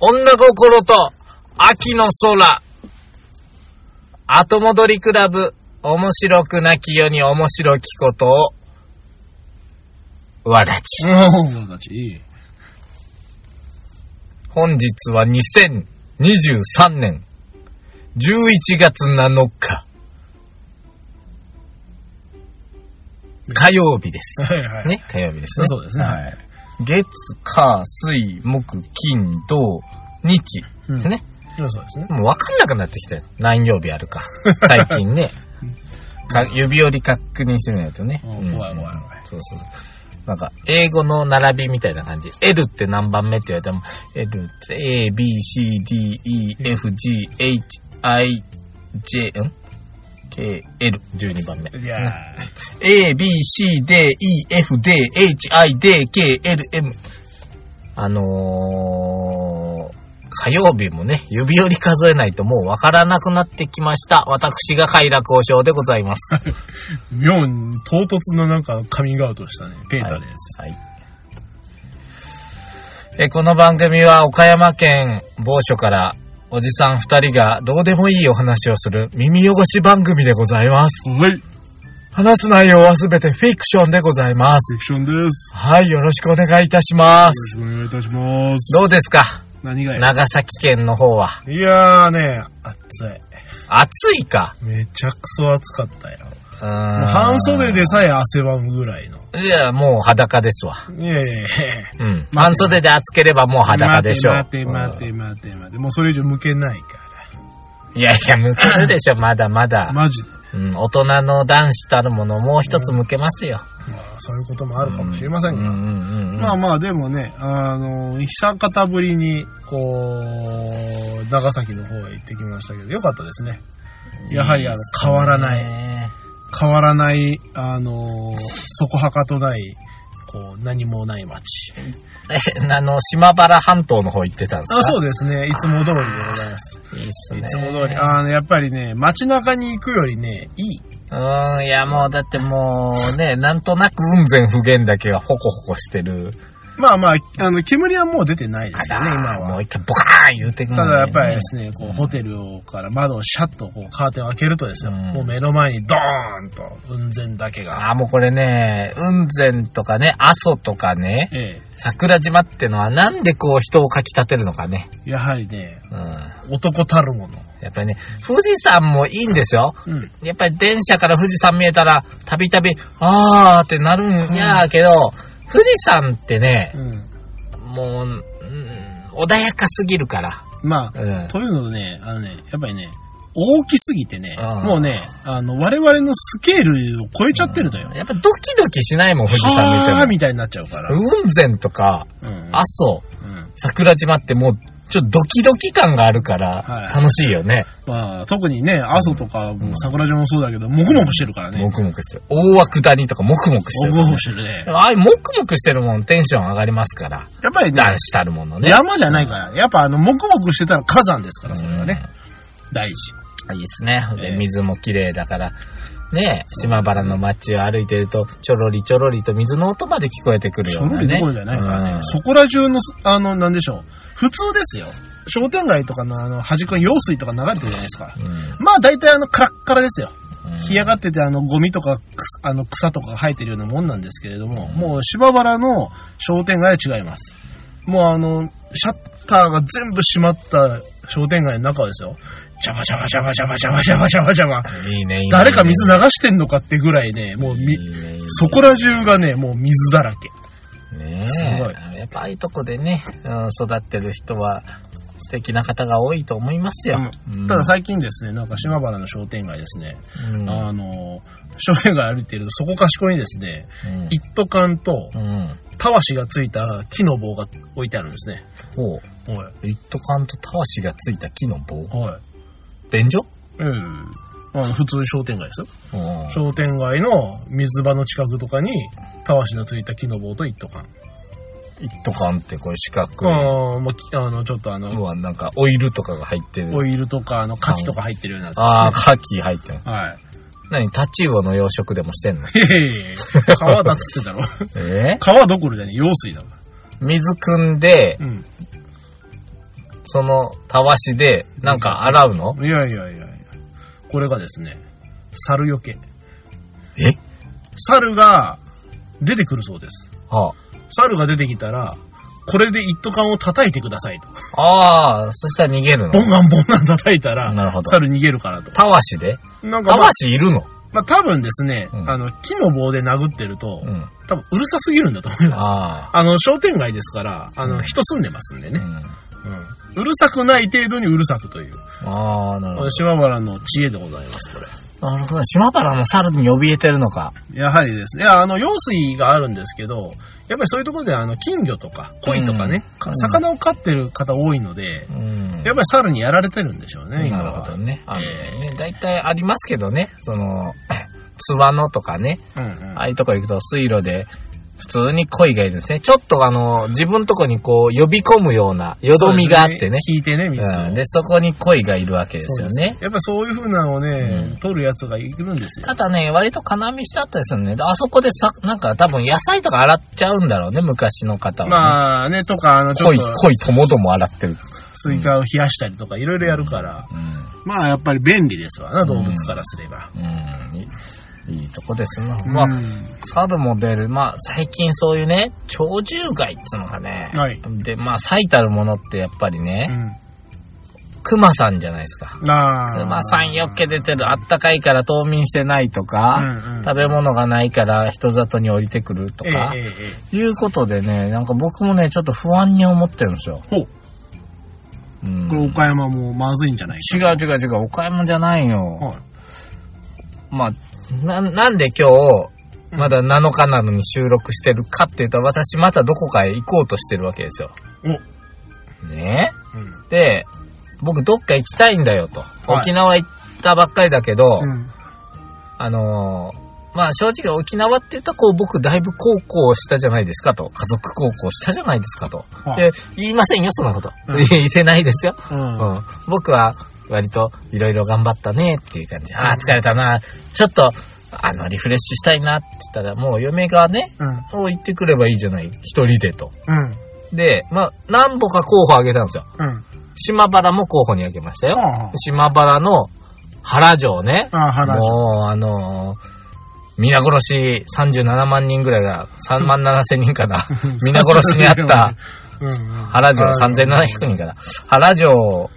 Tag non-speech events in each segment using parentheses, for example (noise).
女心と秋の空。後戻りクラブ。面白くなき世に面白きことを。わだち。うん、私。本日は2023年11月7日。火曜日です。はいはい。ね、火曜日ですね。そうですね。はい。月、火、水、木、金、土、日ですね。そうですね。もう分かんなくなってきたよ。何曜日ある (laughs) か。最近ね。か指折り確認してみないとね。うんうん怖い怖い怖いそうそうそう。なんか、英語の並びみたいな感じ。L って何番目って言われても、L って A, B, C, D, E, F, G, H, I, J, ん ?K, L、12番目。いやー A, B, C, D, E, F, D, H, I, D, K, L, M。あのー、火曜日もね、指折り数えないともうわからなくなってきました。私が快楽交渉でございます。妙に唐突のなんかカミングアウトしたね。ペーターです。はい。えこの番組は岡山県某所からおじさん二人がどうでもいいお話をする耳汚し番組でございます。はい。セ話す内容はすべてフィクションでございます。クションです。はい、よろしくお願いいたします。よろしくお願いいたします。どうですか何がや長崎県の方は。いやーね、暑い。暑いか。めちゃくそ暑かったよ。うもうーん半袖で。さえ汗ばむぐらいの。いや、もう裸ですわ。いやいやいやうん。半袖で暑ければもう裸でしょう。待て待て待て待て待て。もうそれ以上向けないかうんいやいや、むくるでしょ、まだまだ (laughs) ら。。マジで。うん、大人の男子たるものをもう一つ向けますよ。まあ、そういうこともあるかもしれませんうんうが。んうん。まあまあ、でもね、あの、久方ぶりに、こう、長崎の方へ行ってきましたけど、よかったですね。やはりあの変わらないい。変わらない、あの、底はかとない、こう、何もない街。え、あの、島原半島の方行ってたんですかあそうですね。いつも通りでございます。いいっすね。いつも通り。あの、やっぱりね、街中に行くよりね、いい。うん、いやもう、だってもうね、なんとなく雲仙不言だけがホコホコしてる。まあまあ、あの、煙はもう出てないですけどね、今もはう。一回ボカーン言うてくるただやっぱりですね、こう、ホテルから窓をシャッとこう、カーテンを開けるとですよ、うんもう目の前にドーンと、雲仙だけが。ああ、もうこれね、雲仙とかね、阿蘇とかね、え桜島ってのはなんでこう人をかき立てるのかね。え、やはりね、うん。男たるもの。やっぱりね、富士山もいいんですよ。うん。やっぱり電車から富士山見えたら、たびたび、あーってなるんやけど、富士山ってね、うん。もう、うん穏やかすぎるから。まあ、うん。というのとね、あのね、やっぱりね、大きすぎてね、うんもうね、あの、我々のスケールを超えちゃってるのよ。やっぱドキドキしないもん、富士山見てはもー。みたいになっちゃうから。雲仙とか、うん阿蘇、うん桜島ってもう、ちょっとドキドキ感があるかはら、い楽しいよね。まあ、特にね、阿蘇とか、もう桜島もそうだけど、もくもくしてるからね。もくもくしてる。大涌谷とかもくもくしてもるく。もくしてるね。ああいうもくもくしてるもん、テンション上がりますから。やっぱりね、男子たるものね。山じゃないから、やっぱあの、もくもくしてたら火山ですから、それはね。大事。いいですね。えで、え水も綺麗だから、ねえ、島原の街を歩いてると、ちょろりちょろりと水の音まで聞こえてくるちよょうろなりね。どころじゃないからね。うんそこら中の、あの、なんでしょう。普通ですよ。商店街とかのあの、端っこに用水とか流れてるじゃないですか。うんまあ大体あのカラッカラですよ。うん干上がっててあのゴミとか草あの草とかが生えてるようなもんなんですけれども、もう島原の商店街は違います。もうあの、シャッターが全部閉まった商店街の中ですよ。ジャバジャバジャバジャバジャバジャバジャバジャバ。いいね、いいね。誰か水流してんのかってぐらいね、もうみいい、ねいいねそこら中がね、もう水だらけ。ねえ。すごいやっぱああいうとこでね、うん育ってる人は、素敵な方が多いと思いますよ。うんただ、最近ですね、なんか島原の商店街ですね、うんあの、商店街歩いてるとそこかしこにですね、うん一斗缶とうん。たわしがついた木の棒が置いてあるんですね。ほう。おい。一斗缶とたわしがついた木の棒。はい。便所うん。あの普通商店街ですよ。うん。商店街の水場の近くとかに、たわしのついた木の棒と一斗缶。一斗缶ってこれ四角い。ああ、もうき、あの、ちょっとあの、要はなんかオイルとかが入ってる。オイルとか、あの、牡蠣とか入ってるようなやつああ、で牡蠣入ってる。すね。はい。何タチウオの養殖でもしてんのへへへ。 (laughs) 川だっ (laughs) つってたろ。え川どころじゃねえ、用水だか水汲んで、ら。うん。その、たわしで、なんか洗うのいやいやいやいや。これがですね、猿よけ。え猿が出てくるそうです。は猿が出てきたら、これで一斗缶を叩いてくださいと。あ。ああ、そしたら逃げるのボンガンボンガン叩いたらなるほ、ど猿逃げるからと。たわしでなんたかまあわ、しいるのまあ、多分ですね、うんあの、木の棒で殴ってると、うん。多分うるさすぎるんだと思います。ああ。あの、商店街ですから、あの、うん人住んでますんでうね、ん。うん。うるさくない程度にうるさくという、ああ、なるほ島原の知恵でございます、これ。ど。なるほど。島原の猿に怯えてるのか。やはりですね、いやあの、用水があるんですけど、やっぱりそういうところで、あの、金魚とか、鯉とかね、うんか魚を飼ってる方多いのでう、ん。やっぱり猿にやられてるんでしょうね、なる今のほ方どね。あのね、大体ありますけどね。その、 (laughs) つわのとかね。うんうんああいうとこ行くと水路で、普通に鯉がいるんですね。ちょっとあの、自分とこにこう、呼び込むような、よどみがあってね。そうです引いてね、水を。うん。で、そこに鯉がいるわけですよそうねで。すやっぱそういう風なのをね、うん取るやつがいるんですよ。ただね、割と金飯だったですよね。であそこでさ、なんか多分野菜とか洗っちゃうんだろうね、昔の方は、ね。あ、まあね、とか、あの、ちょっ鯉、と、鯉ともども洗ってる。スイカを冷やしたりとか、いろいろやるから、うまあやっぱり便利ですわな、動物からすれば。ん。うん。いいいいとこですね。まあうん、猿も出る。まあ、最近そういうね、鳥獣害っつうのがね。はいで、まあ、最たるものってやっぱりね、う熊さんじゃないですか。ん。ああ。熊さんよっけ出てる。あったかいから冬眠してないとか、うんうん食べ物がないから人里に降りてくるとええか、ええええいうことでね、なんか僕もね、ちょっと不安に思ってるんですよ。ほう。うんこれ岡山もまずいんじゃない違う違う違う、岡山じゃないよ。はい。まあ、な、なんで今日、まだ7日なのに収録してるかっていうと、私またどこかへ行こうとしてるわけですよ。ねうん。で、僕どっか行きたいんだよと。い沖縄行ったばっかりだけど、うん。あのーまあ正直沖縄って言ったらこう僕だいぶ孝行したじゃないですかと。家族孝行したじゃないですかと。はいで、言いませんよ、そんなこと。う (laughs) ん言えてないですよ。うん。うん、僕は割といろいろ頑張ったねっていう感じ。ああ、疲れたな。ちょっと、あの、リフレッシュしたいなって言ったら、もう嫁がね、うん。を行ってくればいいじゃない。一人でと。うん。で、まあ、何歩か候補あげたんですよ。うん。島原も候補にあげましたよ。あ島原の原城ね。あ、話。もう、あのー皆殺し37万人ぐらいが、3万7千人かな。皆殺しにあったうんうん原城、3700人かな。原城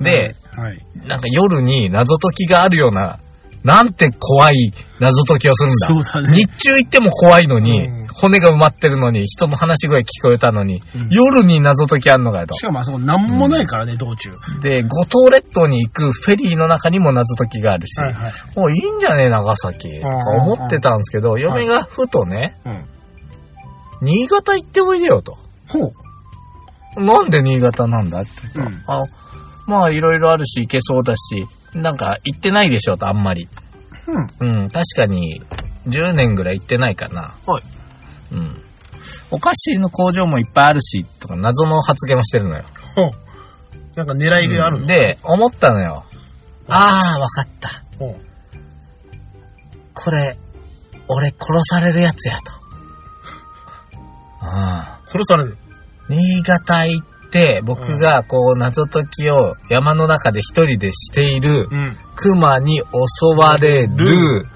で、、はい。なんか夜に謎解きがあるような、なんて怖い謎解きをするんだ。そうだね日中行っても怖いのに、うん骨が埋まってるのに、人の話し声聞こえたのに、うん夜に謎解きあんのかよとし。かもあそこなんもないからね、道中。で、五島列島に行くフェリーの中にも謎解きがあるし、はいはい。もういいんじゃねえ、長崎、とか思ってたんですけど、嫁がふとね、うん。新潟行っておいでよと。ほう。なんで新潟なんだって言ううんと、あ、まあいろいろあるし、行けそうだし、なんか行ってないでしょと、あんまり。うん。うん、確かに、10年ぐらい行ってないかな。はい。うん。お菓子の工場もいっぱいあるし、とか謎の発言をしてるのよ。ほう。なんか狙いがあるので、思ったのよ。あー、わかった。ほう。これ、俺殺されるやつやと。あ殺される。ー新潟行って、僕がこう謎解きを山の中で一人でしているうん。熊に襲われる。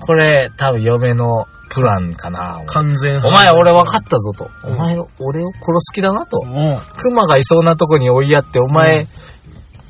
これ、多分嫁のプランかな。完全お前、俺分かったぞと。うんお前、俺を殺す気だなと。おう。熊がいそうなとこに追いやって、お前、うんっ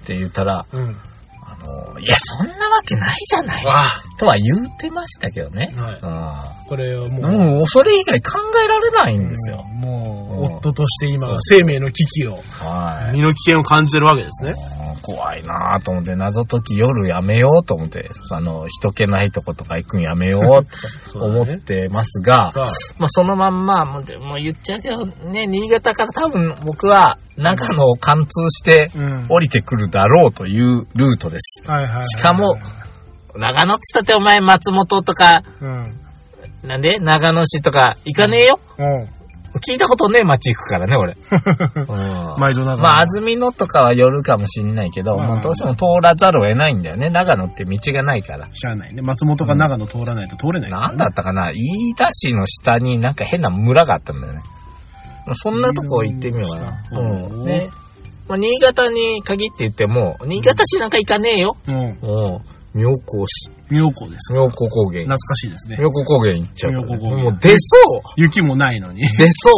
て言ったら、うん。あの、いや、そんなわけないじゃない。わとは言うてましたけどね。はい。うこれはもん。う。もう、それ以外考えられないんですよ。もうんう、夫として今、生命の危機を、はい。身の危険を感じてるわけですね。うん怖いなぁと思って、謎解き夜やめようと思って、あの、人気ないとことか行くんやめようとそうだね思ってますが、がまあ、そのまんま、もうでもう言っちゃうけど、ね、新潟から多分僕は長野を貫通してうん。降りてくるだろうというルートです。はいはいはいはい。しかも長野っつったってお前松本とか、うん。なんで長野市とか行かねえよ。うん。聞いたことねえ町行くからね、 (laughs) 俺。うん毎度ながら。まあ、安曇野とかは寄るかもしんないけど、うんもうどうしても通らざるを得ないんだよね。長野って道がないから。しゃあないね。松本が長野通らないと通れないからなんだったかな飯田市の下になんか変な村があったんだよね。そんなとこ行ってみようかな。うんうん。で、まあ、新潟に限って言っても、新潟市なんか行かねえよ。うん。うん。妙高市。妙高です。妙高高原。懐かしいですね。妙高高原行っちゃうからね、妙高高原もう出そう雪もないのに。出そ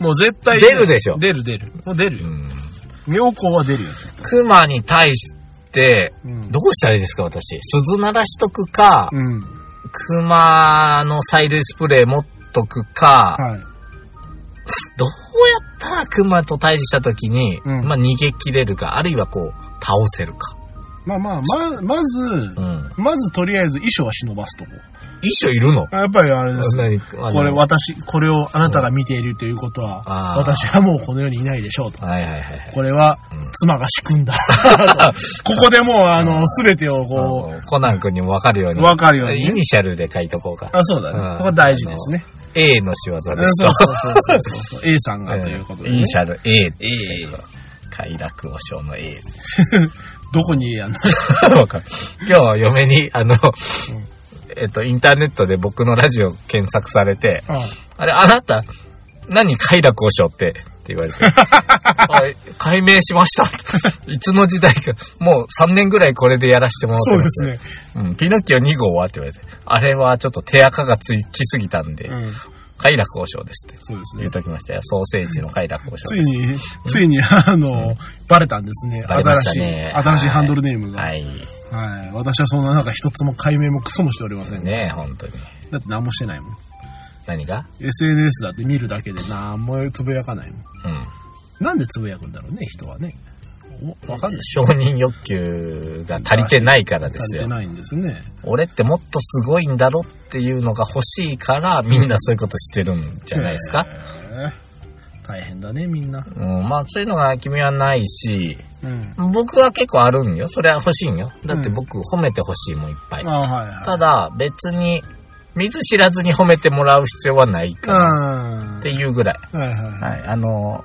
もう絶対出るでしょ出る出る。もう出るう、よ。妙高は出るよ。熊に対して、うん。どうしたらいいですか、私。鈴鳴らしとくか、うん。熊の催涙スプレー持っとくか、はい。どうやったら熊と対峙した時に、うんまあ逃げ切れるか、あるいはこう、倒せるか。まあまあ、ま、まずう、ん。まずとりあえず衣装は忍ばすとこ。衣装いるのやっぱりあれですね。何あのこれ私、これをあなたが見ているということはあ、ー私はもうこの世にいないでしょうと。はいはいはい。これはうん、妻が仕組んだ。 (laughs) ここでもう、あの、すべてをこあのコナン君にもわかるようう、に。わかるようにイね。ニシャルで書いとこうか。あ、そうだうんね。これ大事ですね。 A の仕業うんですそとう。そうそうそう (laughs) そう。A さんがということでイねニ。シャル A って A 快楽和尚の A。 (laughs) どこにやんのわかる今日、嫁に、あの、えっと、インターネットで僕のラジオ検索されて、あれ、あなた、何快楽和尚って、って言われて。 (laughs) はい解明しました。いつの時代か、もう3年ぐらいこれでやらせてもらって (laughs) そうでますね。うん、ピノッキオ2号はって言われて、あれはちょっと手垢がつきすぎたんで、うん。快楽交渉ですってそうです言ねう。ときましたよ。ソーセージの快楽交つ渉いです。に、ついに、あの、バレたんですね。バレま新したしい、ね新しいハンドルネームが。はい。はい。私はそんな中一つも解明もクソもしておりませんね。ねえ、本当に。だって何もしてないもん。何が SNS だって見るだけで何もつぶやかないもん。うん。なんでつぶやくんだろうね、人はね。おわかんない。承認欲求が足りてないからでさすれてよ。ないんですね。俺ってもっとすごいんだろっていうのが欲しいから、みんなそういうことしてるんじゃないですか。へー大変だね、みんな。うん、まあそういうのが君はないし、うん。僕は結構あるんよ。それは欲しいんよ。だって僕褒めて欲しいもんいっぱい。あはいはい。ただ別に見ず知らずに褒めてもらう必要はないかなうん。っていうぐらい、はいはい。はい、あの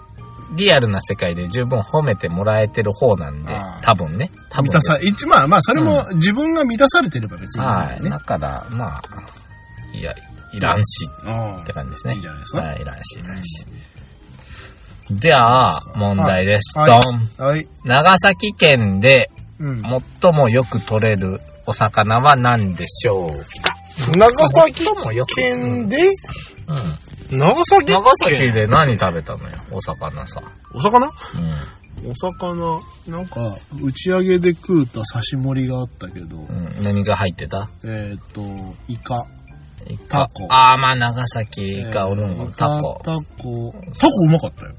リアルな世界で十分褒めてもらえてる方なんであー多分ね多分満でたすさ、一まあまあ、それも自分が満たされてれば別にいいんはだよい、ね。だからまあいやいらんしあって感じですあねいいんじゃないですか。はいいらんしいらんしでは問題です、はいドンはい。長崎県でうん。最もよく取れるお魚は何でしょう長崎最もよく、うん県で、うん長崎県長崎で何食べたのよお魚さお魚うんお魚。なんか、打ち上げで食うた刺し盛りがあったけど、うん、何が入ってたえっ、と、イカ。イカタコああ、まあ、長崎イカ、おるえの、ータコ。タコ。タコうまかったよ。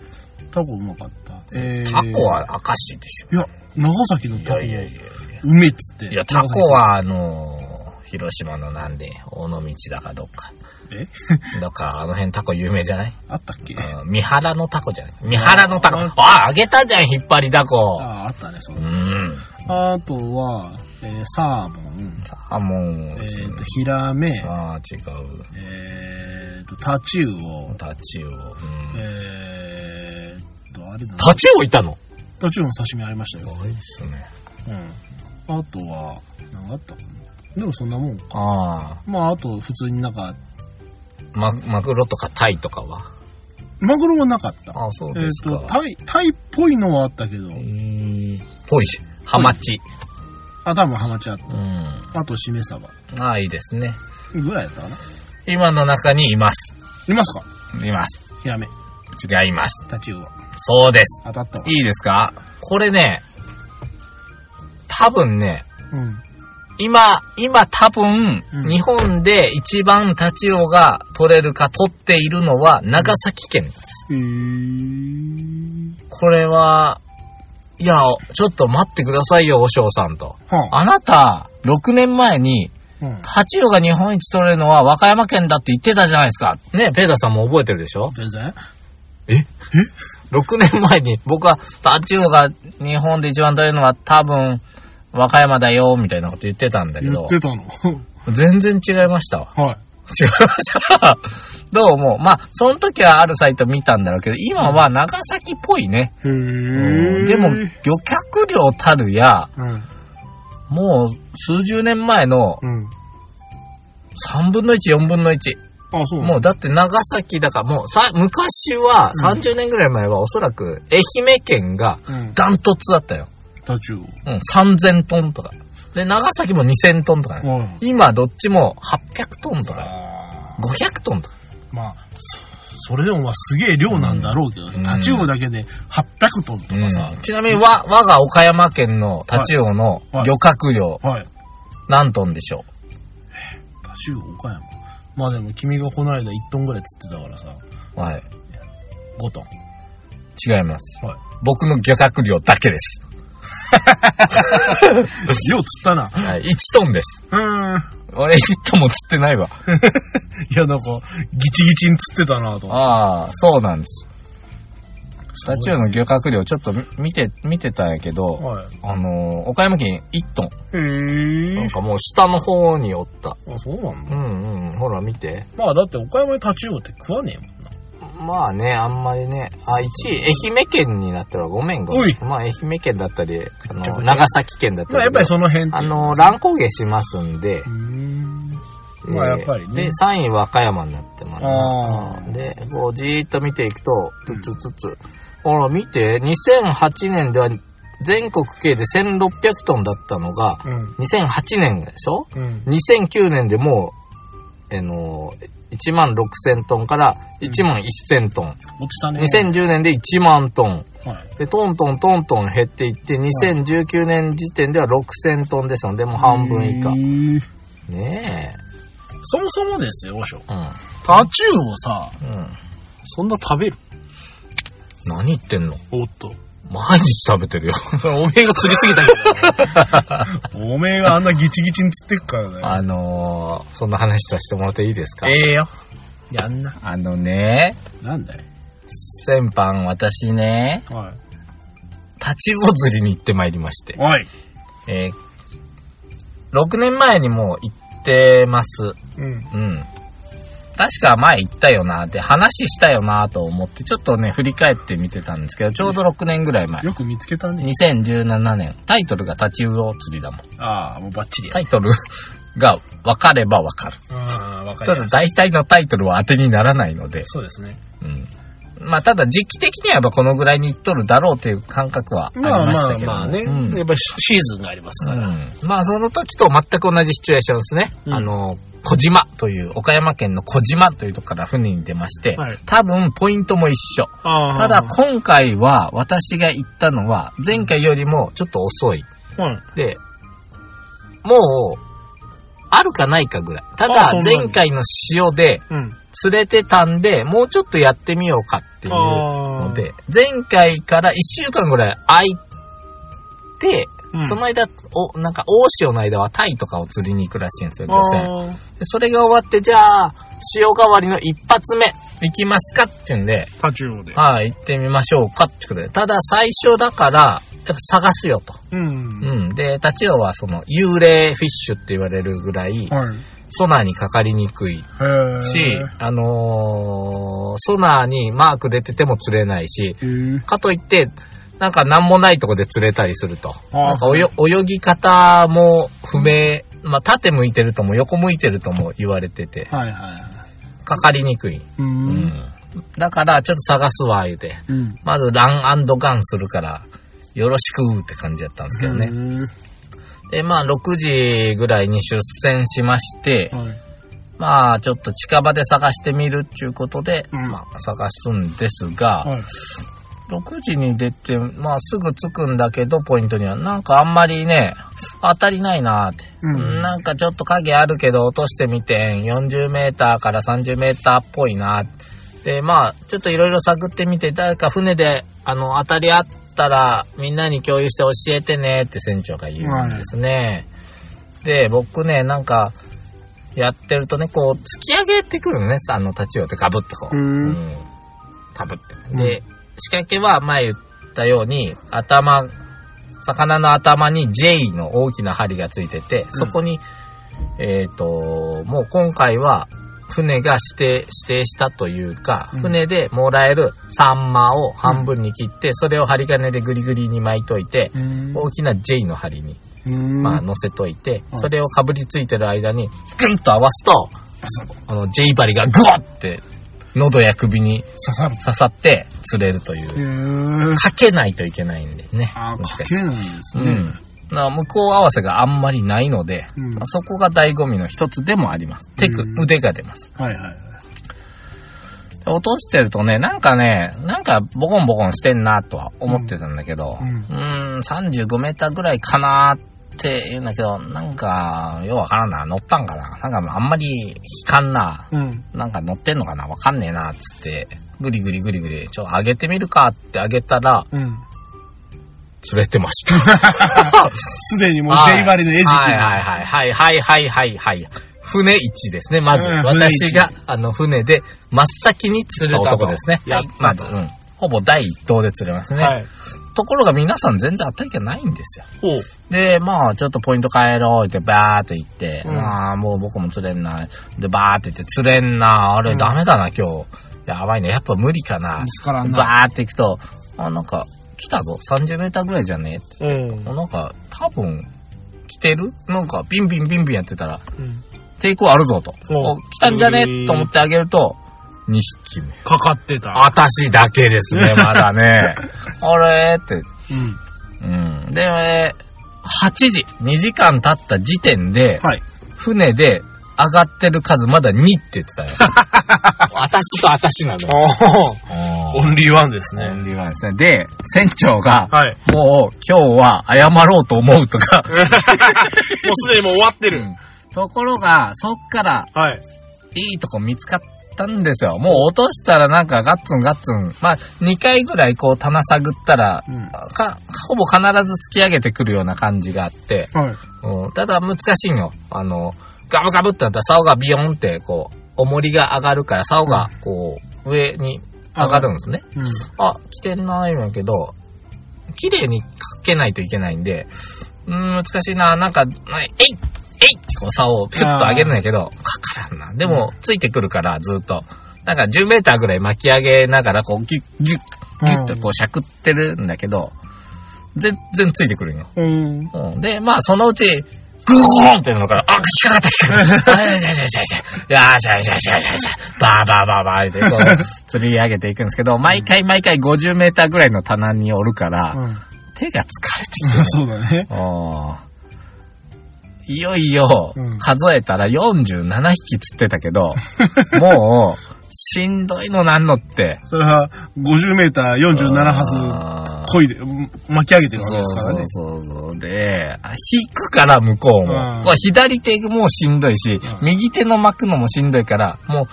タコうまかった。えー、タコは明石でしょ。いや、長崎のいタコやもいやいや。うめっつって。いや、タコは、あのー広島のなんで、尾道だかどっか。長 (laughs) 崎。どっか、あの辺タコ有名じゃない、えあったっけあうん、三原のタコじゃない三原のタコ。ああーあ、あげたじゃん、引っ張りタコ。あ、あったね、そうの。ん。あとは、えー、サーモン、サーモン。えっ、と、ヒラメ、ああ、違う。えっ、と、タチウオ、タチウオ。うん、えー、と、あれだなタチウオいたのタチウオの刺身ありましたよ。いですね。うん。あとは、何があったかな。でもそんなもんか。ああ、まあ、あと、普通になんか、ま、マグロとかタイとかはマグロはなかった。ああ、そうえっ、ですか。と、タイ、タイっぽいのはあったけど、ぽいし、ハマチ。あ、多分ハマチあっうん。た。あと、しめ鯖。ああ、いいですね。ぐらいだったかな。今の中にいます。いますかいます。ヒラメ、違います。タチウオ。そうです。当たったわ。いいですかこれね、多分ね、うん。今、今多分う、ん日本で一番タチウオが取れるか取っているのは長崎県。へー。これは、いや、ちょっと待ってくださいよ、おしょうさんと。はあ。あなた、6年前に、うん。タチウオが日本一取れるのは和歌山県だって言ってたじゃないですか。ねペーターさんも覚えてるでしょ全然 ?6 年前に僕はタチウオが日本で一番取れるのは多分和歌山だよ、みたいなこと言ってたんだけ言どっ、てたの。全然違いましたわ。 (laughs) (laughs) はい。違いました。 (laughs) どうも。まあ、その時はあるサイト見たんだろうけど、今は長崎っぽいね。へうーんでも、漁客量たるや、うん。もう数十年前のうん。 3分の1、4分の1。あ、そうなもうのだって長崎だからもうさ、昔は30年ぐらい前はおそらく愛媛県がうん。ダントツだったよ。タチウオ。うん、3000トンとか。で、長崎も2000トンとかね。うん。今どっちも800トンとか、あ500トンとか。ーまあ、そそれでもまあすげえ量なんだろうけどうさ、んタチウオだけで800トンとかさう。んちなみにわ、我が岡山県のタチウオのはい漁獲量、はい。何トンでしょタチウオ岡山。まあでも君がこの間1トンぐらい釣ってたからさ、うはい。 5トン。違います。はい僕の漁獲量だけです。よう釣ったな。はい、1トンです。うん。俺1トンも釣ってないわ。いや、なんか、ギチギチに釣ってたなと。ああ、そうなんです。タチウオの漁獲量ちょっと見て、見てたんやけど、はあのー岡山県1トン。い。へなん。かもう下の方におった。あ、そうなんうだ。んうん、ほら見て。まあ、だって岡山でタチウオって食わねえもんな。まあね、あんまりね。あ、1位、愛媛県になったらごめんごおめいん。まあ愛媛県だったり、あぐっちゃぐの、ちゃ長崎県だったり。まあ、やっぱりその辺ってあの、乱高下しますんでう。ん。まえあーやっぱりねで、3位和歌山になってますねあーうんで、こうじーっと見ていくと、つつつつ。ほら見て、2008年では全国計で1600トンだったのが、うん。 2008年でしょうん。 2009年でもう、あの1万6000トンから1万1000トン、落ちたね。 2010年で1万トンはい。でトントントントン減っていって2019年時点では6000トンですのでもう半分以下下。ねそもそもですよ、おしょ。えうんタチウオさ、うんそんな食べる何言ってんのおっと。毎日食べてるよそれおめえが釣りすぎたけど。 (laughs) おめえがあんなギチギチに釣ってくからだよ。あのー、そんな話させてもらっていいですかええよ。やんな。あのねなんだよ。先般私ねはい。タチウオ釣りに行ってまいりましておい。えー、6年前にもう行ってます。うん。うん。確か前行ったよなって話したよなと思って、ちょっとね、振り返って見てたんですけど、ちょうど6年ぐらい前。よく見つけたね。 2017年、タイトルがタチウオ釣りだもん。ああ、もうバッチリやタ。イトル (laughs) が分かれば分かる。ああ、わかたりだました。大体のタイトルは当てにならないので、そうですね。うん。まあただ時期的にはやっぱこのぐらいに行っとるだろうという感覚はありまあましまたあけども。まあね。うんやっぱりシーズンがありますから。うん、まあその時と全く同じシチュエーションですね、うんあの小島という岡山県の小島というとこから船に出まして、はい多分ポイントも一緒あただ今回は私が行ったのは前回よりもちょっと遅いはい。でもうあるかないかぐらいたあだそんなに前回の潮でうん。釣れてたんでもうちょっとやってみようかっていうあので前回から1週間ぐらい空いてー、その間、お、なんか、大潮の間はタイとかを釣りに行くらしいんですよ、漁船。あーでそれが終わって、じゃあ、潮代わりの一発目、行きますかっていうんで、タチウオで。はい、行ってみましょうかってことで。ただ、最初だから、やっぱ探すよと。うん。うん。で、タチウオはその、幽霊フィッシュって言われるぐらい、はい。ソナーにかかりにくいへえ。し、あのーソナーにマーク出てても釣れないし、へーかといって、なんか何もないとこで釣れたりすると。ああなんかおよ泳ぎ方も不明。まあ、縦向いてるとも横向いてるとも言われてて、はいはいはい。かかりにくい。う。うんん。だから、ちょっと探すわ、言うて。うん。まず、ランガンするから、よろしくって感じだったんですけどね。ね。で、まあ、6時ぐらいに出船しまして、はい。まあ、ちょっと近場で探してみるっていうことで、うんまあ、探すんですが、はい。 6時に出て、まあすぐ着くんだけど、ポイントには。なんかあんまりね、当たりないなーって。うんなんかちょっと影あるけど落としてみて、40メーターから30メーターっぽいなで、まあ、ちょっといろいろ探ってみて、誰か船で、あの、当たりあったら、みんなに共有して教えてねって船長が言うんですね。で、僕ね、なんか、やってるとね、こう、突き上げてくるのね、あの、タチウオってガブッとこう。うんうんかぶって。で、仕掛けは前言ったように、頭、魚の頭に J の大きな針がついてて、そこに、えっ、と、もう今回は、船が指定、指定したというか、うん船でもらえるサンマを半分に切って、それを針金でぐりぐりに巻いといて、うん大きな J の針に、うんまあ、乗せといて、うんそれをかぶりついてる間に、ぐんと合わすと、バサッとあの、ジェイバリがグワッって、喉や首に刺さる刺さって釣れるという。へえかけないといけないんでね。ああ難しいかけないんですうね、ん。だから向こう合わせがあんまりないので、うんまあそこが醍醐味の一つでもあります。手く、うん腕が出ます。はいはいはいで落としてるとね、なんかね、なんかボコンボコンしてんなとは思ってたんだけど、ううんーん、35メーターぐらいかなって言うんだけど、なんか、ようわからんな、乗ったんかな。なんかあんまり引かんな。うんなんか乗ってんのかなわかんねえな、つって、ぐりぐりぐりぐり、ちょ、上げてみるかって上げたら、うん釣れてま (laughs) した。すでにもう J バリの餌食はいはいはいはいはいはいはいはい。船1ですね、まず。うん私が船、あの、船で真っ先に釣った男ですね。釣れたとはいまず、うん。ほぼ第一投で釣れますね。はいところが皆さん全然当たりがないんですよ。ほうで、まあ、ちょっとポイント変えろ、ってバーっと言って、うんああ、もう僕も釣れんな。で、バーって言って、釣れんな。あれ、うんダメだな、今日。やばいね。やっぱ無理かな見。つからんなバーって行くと、あ、なんか、来たぞ。30メーターぐらいじゃねうんもうなんか、多分、来てるなんか、ビンビンビンビンやってたら、うん抵抗あるぞと。おお来たんじゃねへーと思ってあげると、2匹目。かかってた私だけですね、 (laughs) まだね。あれーって。うんうん。で、8時、2時間経った時点で、はい船で上がってる数まだ2って言ってたよ。 (laughs) 私と私なの。おオンリーワンですオンねリーワンですね。で、船長が、はいもう今日は謝ろうと思うとか、もうすでにもう終わってるところが、そっからはいいいとこ見つかったんですよ。もう落としたらなんかガッツンガッツン。まあ、2回ぐらいこう棚探ったら、うんか、ほぼ必ず突き上げてくるような感じがあって、はいうん、ただ難しいんよ。あの、ガブガブってなったら竿がビヨンってこう、重りが上がるから竿がこう、上に上がるんですね。うんあ、来てないんやけど、綺麗にかけないといけないんで、うーん、難しいな。なんか、はいえいえいってこう、竿をピュッと上げるんやけど、かからんな。でも、ついてくるから、ずっと。なんか10メーターぐらい巻き上げながら、こう、ギュッ、ギュッ、ギュッとこう、しゃくってるんだけど、全然ついてくるんよ。うんうん、で、まあ、そのうち、グーンってなるから、あ、引っかかった、引っかかった。あ、よしよしよしよし。よしよしよしよしよし。バーバーバーバーってこう、釣り上げていくんですけど、毎回毎回50メーターぐらいの棚におるから、うん手が疲れてきてうんそうだね。あーいよいようん、数えたら47匹釣ってたけど、もう、しんどいのなんのって。それは、50メーター47発、あーこいで、うん巻き上げてるわけそうですからね。そうそうそう。で、あ引くから向こうも。うんこれ左手もしんどいし、う右手の巻くのもしんどいから、も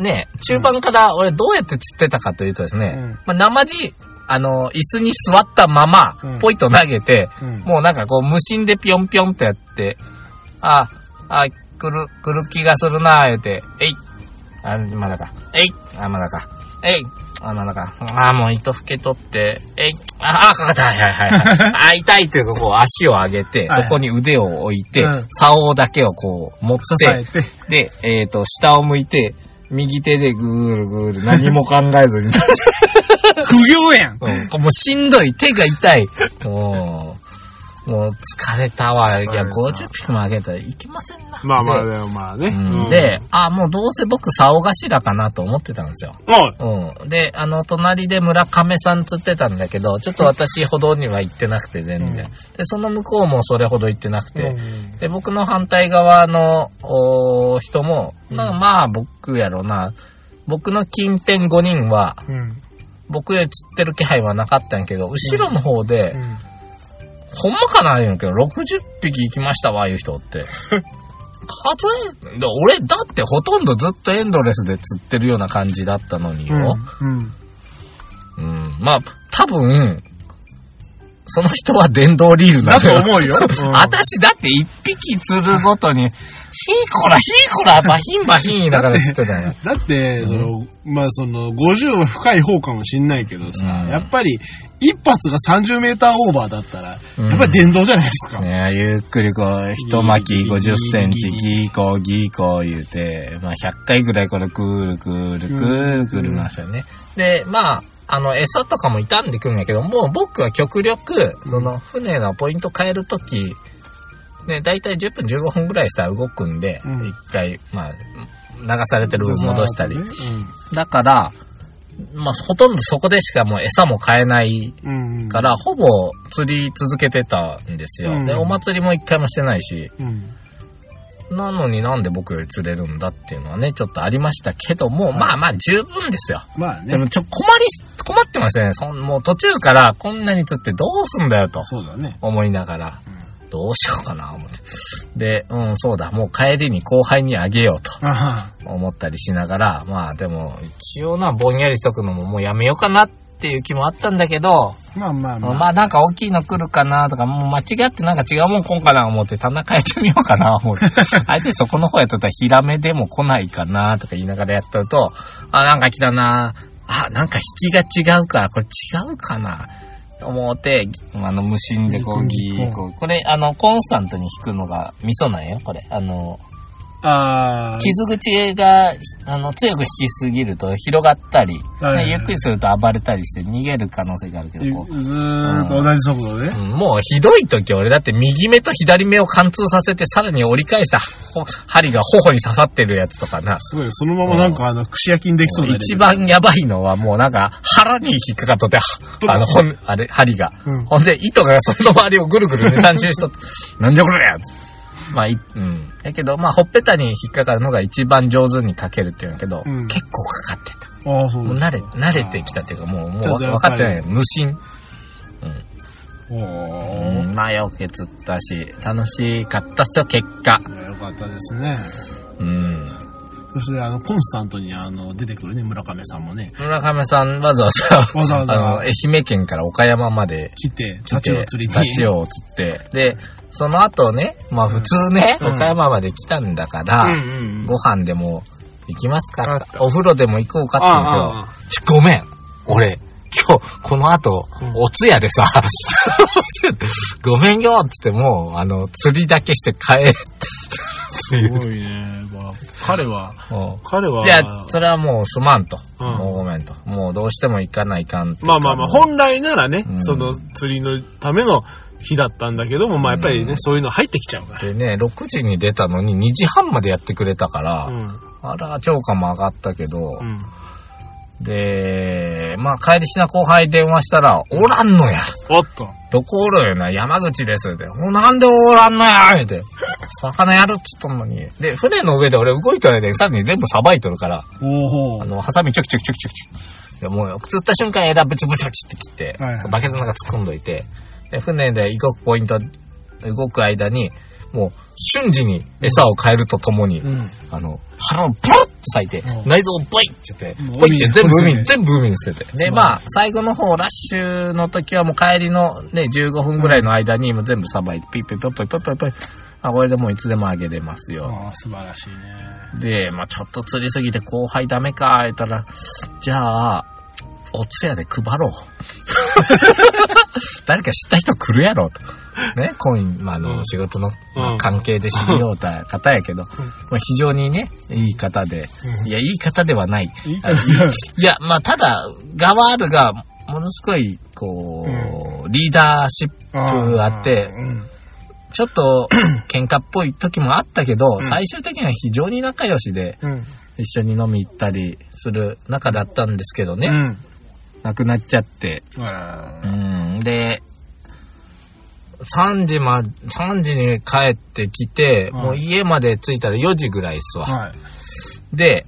う、ね、中盤から俺どうやって釣ってたかというとですね、まあ、生地、あの、椅子に座ったまうま、んポイと投げて、うんもうなんかこう無心でピョンピョンってやって、あ、あ、来る、来る気がするなぁ、言うて、えい、あ、まだか、えい、あ、まだか、えい、あ、まだか、あ、もう糸ふけ取って、えい、あ、あ、かかった、はいはい (laughs) はいはい。あ、痛いっていうか、こう足を上げて、はいそこに腕を置いてうん、竿だけをこう持っ支えて、て。で、えっ、と、下を向いて、右手でぐーるぐーる何も考えずに苦行やんうんもうしんどい。手が痛 (laughs) い。もう、もう疲れたわ。いれたや、50匹もあげたらいけませんな。まあまあ、ででもまあね。うんうんで、、あ、もうどうせ僕、竿頭かなと思ってたんですよ。はい。うん。で、あの、隣で村亀さん釣ってたんだけど、ちょっと私歩道には行ってなくて、全然。で、その向こうもそれほど行ってなくて。で、僕の反対側の、おー人も、なんかまあ、僕やろな。僕の近辺5人は、うん。うん。僕より釣ってる気配はなかったんやけど、後ろの方で、うんほんまかな言うんやけど、60匹行きましたわ、ああいう人って。数え、だ俺、だってほとんどずっとエンドレスで釣ってるような感じだったのによ。うん。うん。まあ、多分、その人は電動リールなだんとだよ。思 (laughs) うよ。私だって一匹釣るごとに、ひーこらひーこらバヒンバヒンだから釣ってたんよ。だって、その、まあその、50は深い方かもしんないけどさ、うんやっぱり、一発が30メーターオーバーだったら、うんやっぱり電動じゃないですか。ねえ、ゆっくりこう、一巻き50センチ、ギーコー、ギーコー言うて、まあ100回ぐらいこれくーるくーるくーるくるましたよね。で、まあ、あの、餌とかも傷んでくるんやけど、もう僕は極力、その、船のポイント変えるとき、ね、だいたい10分15分ぐらいしたら動くんで、一、うん回、まあ、流されてる分戻したりう。んだから、まあ、ほとんどそこでしかもう餌も買えないうんうん。から、ほぼ釣り続けてたんですよ。うんで、お祭りも一回もしてないし、うん。なのになんで僕より釣れるんだっていうのはね、ちょっとありましたけども、まあまあ十分ですよ。まあでね。もちょ、困りし、困ってましたね。そんもう途中からこんなに釣ってどうすんだよとそうだね。思いながら、どうしようかな、思って。で、うん、そうだ、もう帰りに後輩にあげようとあは。思ったりしながら、まあでも、一応な、ぼんやりしとくのももうやめようかなっていう気もあったんだけど、まあまあまあ。まあなんか大きいの来るかなとか、もう間違ってなんか違うもん来んかな思って棚変えてみようかな (laughs) 思って。あえてそこの方やっとったらヒラメでも来ないかなとか言いながらやっとると、あ、なんか来たなあ、なんか引きが違うから、これ違うかなと思って、あの、無心でこうギーこう。これ、あの、コンスタントに引くのが味噌なんよ、これ。あの、ああ。傷口が、あの、強く引きすぎると広がったり、はいはいねゆっくりすると暴れたりして逃げる可能性があるけど、こう。ずーっと同じ速度でね。うんもうひどい時俺だって右目と左目を貫通させてさらに折り返したほ針が頬に刺さってるやつとかな。すごいよ。そのままなんかあの、串焼きにできそうなレベル一。番やばいのはもうなんか腹に引っかかっとって、あの、ほん、あれ、針が。うんほんで糸がその周りをぐるぐる (laughs) ね、三周しとって、なんじゃこれやつ。まあ、いうん。だけど、まあ、ほっぺたに引っかかるのが一番上手にかけるっていうんだけど、うん結構かかってた。ああ、そうもうだ。慣れ、慣れてきたっていうか、もう、もうちょっとや分っかぱりってない。無心。おうーん、まあ、よく釣ったし、楽しかったっすよ、結果。いやよかったですね。うん。そして、あの、コンスタントに、あの、出てくるね、村上さんもね、村上さん、わざわ (laughs) ざ、わざわざあの、愛媛県から岡山まで来て、来立て、ちを釣りに。タチウオ釣って。で、その後ね、まあ普通ね、うん岡山まで来たんだかうんら、うんうん。ご飯でも行きますあかったお風呂でも行こうかって言うけど、あちごめん。俺、今日、この後、うんお通夜で (laughs) さ、ごめんよっつってもう、あの、釣りだけして帰ってすごいね。まあ彼は、うん彼は、いや、それはもうすまんと。うんもうごめんと。もうどうしても行かないかんっていうかまあまあまあ、もう本来ならね、うんその釣りのための日だったんだけども、まあやっぱりね、うんそういうの入ってきちゃうから。でね、6時に出たのに2時半までやってくれたから、うん。あら、超過も上がったけど、うん。で、まあ帰りしな後輩電話したら、おらんのや。おっと。どこおるんやな、山口ですって。おなんでおらんのや言う (laughs) て。魚やるっつっとんのに。で、船の上で俺動いとる間にさらに全部さばいとるから、おおあ。の、ハサミチョキチョキチョキチョキチョキ。でもう、釣った瞬間枝ブチブチブチって切って、はいはいバケツの中突っ込んどいて、で、船で動くポイント、動く間に、もう、瞬時に餌を変えるとともに、うん。あの、腹をブロッと裂いてう、ん内臓をブイッって言もっうて、ブイって全部海海にに、全部海に捨てて。で、まあ、最後の方、ラッシュの時はもう帰りのね、15分ぐらいの間にもう全部さばいて、ピッピッピッピッピッピッピッあ、これでもういつでもあげれますよ。ああ、素晴らしいね。で、まあ、ちょっと釣りすぎて後輩ダメか、言ったら、じゃあ、お通夜で配ろう。 (laughs) 誰か知った人来るやろ、と。ね、コイン、まあ、あうの、ん仕事の、まあうん関係で知り合うた方やけど、まあ、非常にね、いい方で、いや、いい方ではない。いいあ感じだ。いや、まあ、ただ、ガワールが、ものすごい、こう、リーダーシップ、あってうん。ちょっ (clears throat) と喧嘩っぽい時もあったけど、ん最終的には非常に仲良しで、うん。一緒に飲み行ったりする仲だったんですけどうね、ん。亡くなっちゃって。あらうん、で、3時ま、3時に帰ってきて、うんもう家まで着いたら4時ぐらいっすわ。はい。で、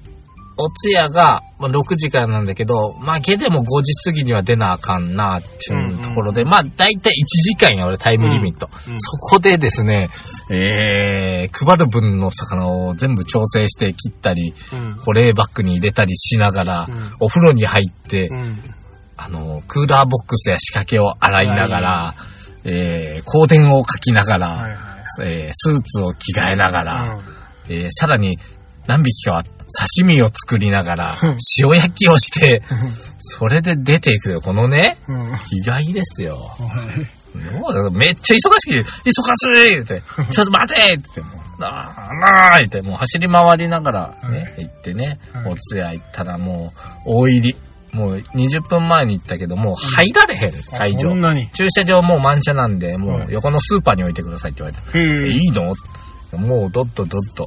お通夜が、まあ、6時からなんだけど、まあ、けでも5時過ぎには出なあかんなあっていうところで、まあ、だいたい1時間や俺タイムリミット。うんうんそこでですね、えー、配る分の魚を全部調整して切ったり、うん。保冷バッグに入れたりしながら、うんお風呂に入って、うん。あの、クーラーボックスや仕掛けを洗いながら、えー、光電をかきながら、はいはい。えー、スーツを着替えながら、うんえーさらに何匹かは刺身を作りながらうん、塩焼きをして、それで出ていくよ。このね、うん。は意外ですよ。い。もうめっちゃ忙しい。忙しい (laughs) って、ちょっと待てって、もう、なあ、なあって、もう走り回りながら、ね、行ってね、はいお通夜行ったらもう、大入り。もう20分前に行ったけど、もう入られへん、会そ場ん。なに。駐車場もう満車なんで、もはうい横のスーパーに置いてくださいって言われて。へえいいのもうドッとドッと。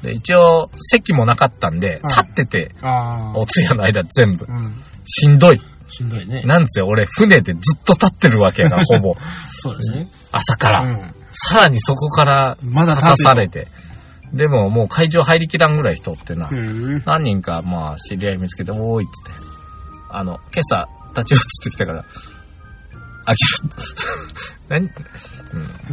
で、一応、席もなかったんで、はい立ってて、ああお。通夜の間全部。うん。しんどい。しんどいね。なんせ俺、船でずっと立ってるわけやから、ほ (laughs) ぼ。そうですね。朝かうら。ん。さらにそこから、まだ立たされて。でも、もう会場入りきらんぐらい人ってな。へえ何人か、まあ、知り合い見つけて、おーいっつって。あの、今朝、立ち移ってきたから、あき (laughs) る。何うん。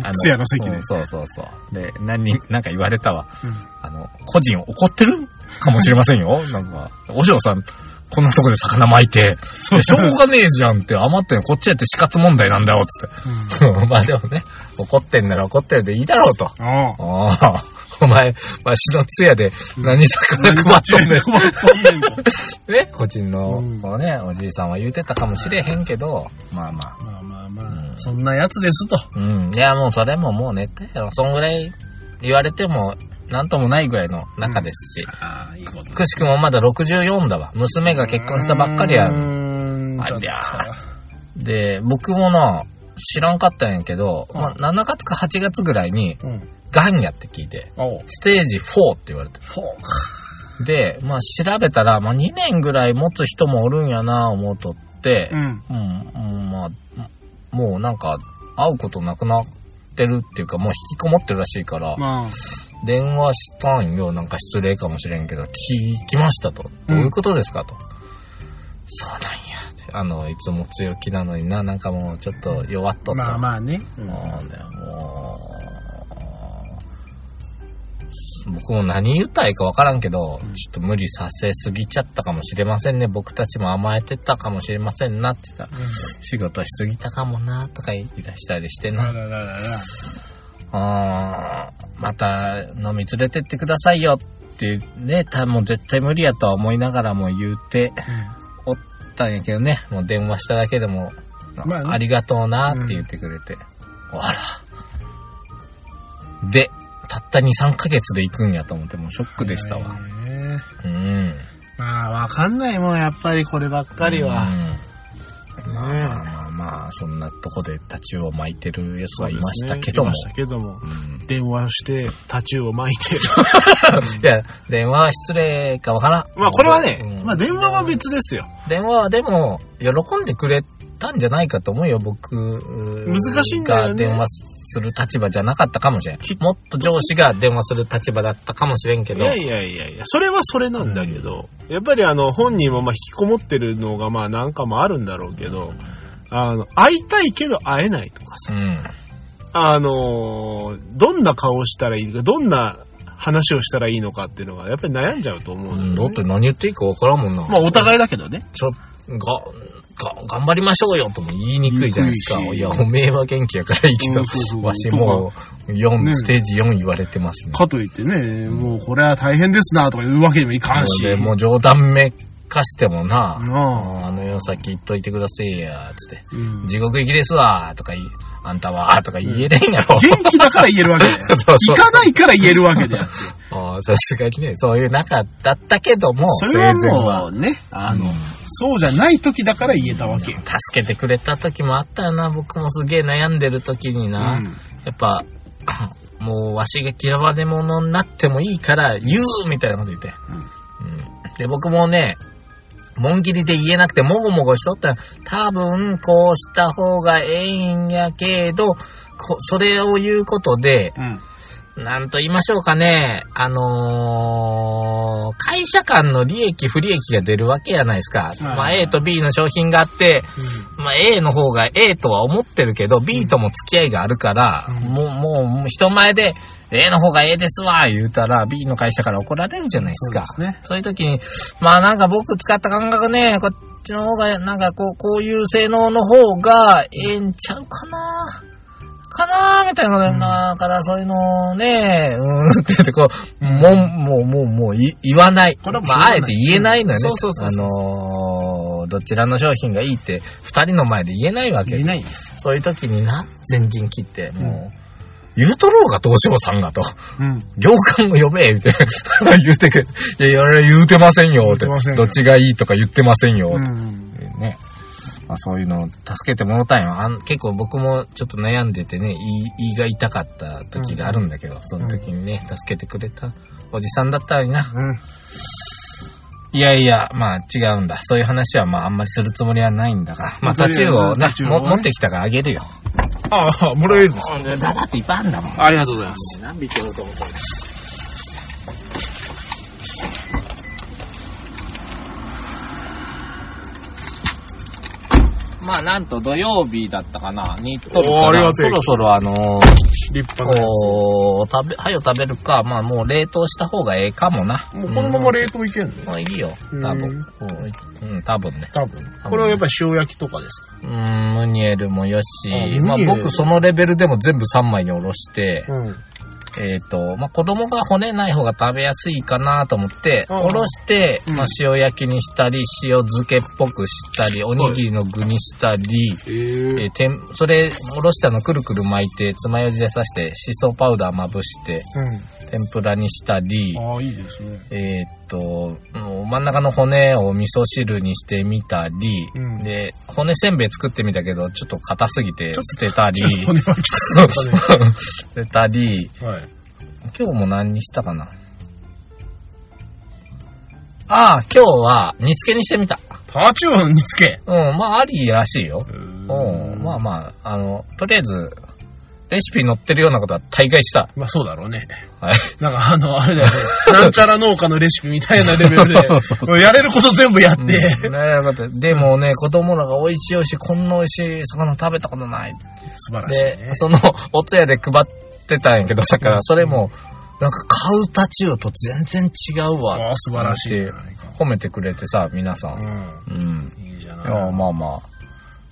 あの通夜の席でうんそうそうそう。で、何人、なんか言われたわ。うんあの、個人を怒ってるかもしれませんよ。なんか、お嬢さん、こんなとこで魚巻いて、そうでしょうがねえじゃんって余ってんのこっちやって死活問題なんだよ、つって。う (laughs) んまあでもね、怒ってんなら怒ってるでいいだろうと。ああ。ああ、お前、わしの通夜で何魚配っとんねん困っとんねんとね、個人の、うんこうね、おじいさんは言うてたかもしれへんけど、まあまあ。まあまあうまんあ、そんなやつですと。うん。いや、もうそれももうネタやろ。そんぐらい言われても、なんともないぐらいの中ですし。ああ、いいこと。くしくもまだ64だわ。娘が結婚したばっかりやうーん。ん。ありゃちょっで、僕もな、知らんかったんやけど、うんまあ、7月か8月ぐらいに、とうん。癌やって聞いて、おう。ステージ4って言われて。フォーで、まあ調べたら、まあ2年ぐらい持つ人もおるんやな、思うとって、うん。うん、うんまあ、もうなんか、会うことなくなってるっていうか、もう引きこもってるらしいから、まあ、電話したんよ、なんか失礼かもしれんけど、聞きましたと。うどんういうことですかと。そうなんやって。あの、いつも強気なのにな、なんかもうちょっと弱っとった。まあまあね。なんだよ、もう。僕も何言ったらいいか分からんけど、ちょっと無理させすぎちゃったかもしれませんね。僕たちも甘えてたかもしれませんなって言ったら、仕事しすぎたかもなとか言い出したりしてあな。ららららうーん、また飲み連れてってくださいよってね、たもう絶対無理やとは思いながらも言うておったんやけどね、もう電話しただけでも、まあねありがとうなって言ってくれて、あら。で、たった2、3ヶ月で行くんやと思って、もうショックでしたわ。ねうん。まあ、わかんないもん、やっぱりこればっかりは。うん。まあまあまあまあ、そんなとこでタチウオ巻いてるやつはいましたけどいもま。したけども。うん (laughs) 電話して、タチウオ巻いて。いや、電話は失礼かわからん。まあ、これはね、うんまあ、電話は別ですよ。電話はでも、喜んでくれたんじゃないかと思うよ、僕。難しいんだよねが電話する立場じゃなかったかもしれん。もっと上司が電話する立場だったかもしれんけいど。やいやいやいや、それはそれなんだけど、やっぱりあの、本人もまあ、引きこもってるのがまあ、なんかもあるんだろうけど、あの、会いたいけど会えないとかうさ、ん。あのー、どんな顔をしたらいいか、どんな話をしたらいいのかっていうのが、やっぱり悩んじゃうと思ううんんだだよっね。て何言っていいかわからんもんな。まあ、お互いだけどね。ちょ、が、が、頑張りましょうよとも言いにくいじゃないですか。言いにくいいしや、おめえは元気やからいいけうんそうそど、うわしもう、4、ねステージ4言われてますね。かといってね、もうこれは大変ですなとか言うわけにもいかんし。でもう冗談めかしてもな、なあの世先言っといてくださいや、つって。うん地獄行きですわ、とか言い、あんたは、とか言えれんやろ。元気だから言えるわけだよ。 (laughs) そうそう行かないから言えるわけだよ。あーさすがにね、そういう中だったけども、それ生前はもうね、あの、そうじゃない時だから言えたわけよ。助けてくれた時もあったよな、僕もすげえ悩んでる時にな、うんやっぱ、 (coughs) もうわしが嫌われ者になってもいいから言うみたいなこと言って。うんで、僕もね、紋切りで言えなくてもごもごしとったら、多分こうした方がええんやけど、こそれを言うことで、うん。なんと言いましょうかね、あのー会社間の利益、不利益が出るわけやないですか。まあまあ、A と B の商品があって、まあ、A の方が A とは思ってるけど、B とも付き合いがあるから、もう、もう、もう人前で、A の方が A ですわ言うたら、B の会社から怒られるじゃないですか。そうですねそういう時に、まあなんか僕使った感覚ね、こっちの方が、なんかこう、こういう性能の方が、ええんちゃうかなかなみたいなことやな、からそういうのをね、うん、って言ってこう、もん、もう、もう、もう、い言わない。これはもうまあ、あえて言えないのよね。うんそうそうそうそあうのーどちらの商品がいいって、二人の前で言えないわけ言えないんですそういう時にな、全人切って、もう、言うとろうが、東條さんがと。うん。行間を読めみたいな。言うてくれ。 (laughs) いや、いや言うてませんよって。言うてませんよどっちがいいとか言ってませんよって。うん。ね。まあそういうのを助けてもろたんよ。あん結構僕もちょっと悩んでてね、胃胃が痛かった時があるんだけど、その時にね、助けてくれたおじさんだったらいいな。うん。いやいや、まあ違うんだ。そういう話はまああんまりするつもりはないんだが。まあタチウオをねタチウオをも持ねってきたからあげるよ。ああ、もらえるんです。だだっていっぱいあるんだもん。ありがとうございます。何匹おると思ったまあなんと土曜日だったかな、に行っとるおーかありら、がそたいろそろあのー、立派なやこう、食べ、はよ食べるか、まあもう冷凍した方がええかもな。つ。もうこのまま冷凍いけんのうんもういいよ、多分。うん、うん多分ね。多分。これはやっぱり塩焼きとかですうーん、ムニエルもよしあムニエ、ルまあ僕そのレベルでも全部3枚におろして、かうん。えっ、と、まあ、子供が骨ない方が食べやすいかなと思って、うんおろして、うんまあ、塩焼きにしたり、塩漬けっぽくしたり、おにぎりの具にしたり、ええーてんそれ、おろしたのくるくる巻いて、爪楊枝で刺して、シソパウダーまぶして、天ぷらにしたりうん。、ああ、いいですね。えーっと、もう真ん中の骨を味噌汁にしてみたり、うんで、骨せんべい作ってみたけど、ちょっと硬すぎて捨てたり (laughs) ちょ、っと骨はきそう (laughs) 捨てたり、つ。はい。今日も何にしたかなああ、今日は煮付けにしてみた。タチウオにつけ。うん、まあありらしいよ。ううん、まあまあ、あの、とりあえず、レシピに載ってるようなことは大概した。まあそうだろうね。はい。なんかあの、あれだよね。なんちゃら農家のレシピみたいなレベルで、やれること全部やって。うんねよかったでもね、子供らが美味しい美味しい、こんな美味しい魚食べたことない。素晴らしいねで、。その、お通夜で配ってたんやけど、さっきから、それも、なんか買うタチウオと全然違うあわ。あ、素晴らしいじゃってないか。褒めてくれてさ、皆さん。ううん。ん。いいじゃいやない。まあまあ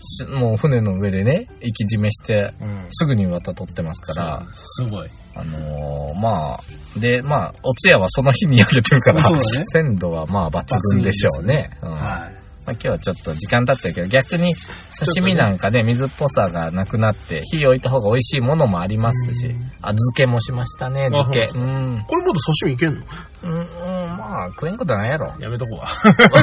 しもう船の上でね生き締めしてうん。すぐに渡取ってますからそうすごい。あのーまあでまあお通夜はその日に焼けてるから、そうだね鮮度はまあ抜群でしょうねうんまあ、はい。今日はちょっと時間経ってるけど逆に刺身なんかね水っぽさがなくなって火を置いた方が美味しいものもありますしあ漬けもしましたね漬けうんこれもっと刺身いけんのうん、うん、まあ食えんことないやろ (laughs) やめとこうわ。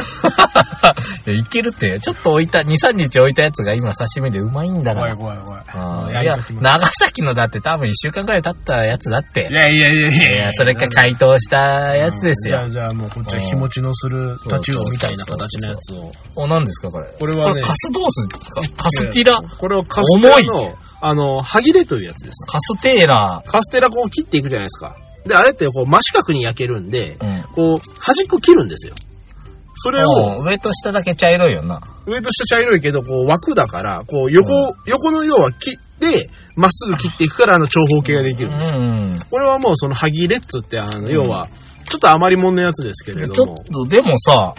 いやいけるってちょっと置いた23日置いたやつが今刺身でうまいんだから怖い怖い怖い。あやーいりやとき、ます長崎のだって多分一週間くらい経ったやつだってい。やいやいやいいやや、それか解凍したやつですうよん。じゃあ、じゃあもうこっちは日持ちのするタチウオみたいな形のやつを。お、何ですかこれ。これこはれね、カスドースかカスティラカこれをカステラの、あの、歯切れというやつです。ステーラカステラこう切っていくじゃないですか。で、あれってこう真四角に焼けるんでー。、うん。こう端っこ切るんですよ。それをうん上と下だけ茶色いよな。上と下茶色いけど、こう枠だから、こう横を、横の要は切って、まっすぐ切っていくからあの長方形ができうるんです。ん。これはもうその歯切れっつって、あの、要は、ちょっと余り物のやつですけれちどょもっ、と、でもさ、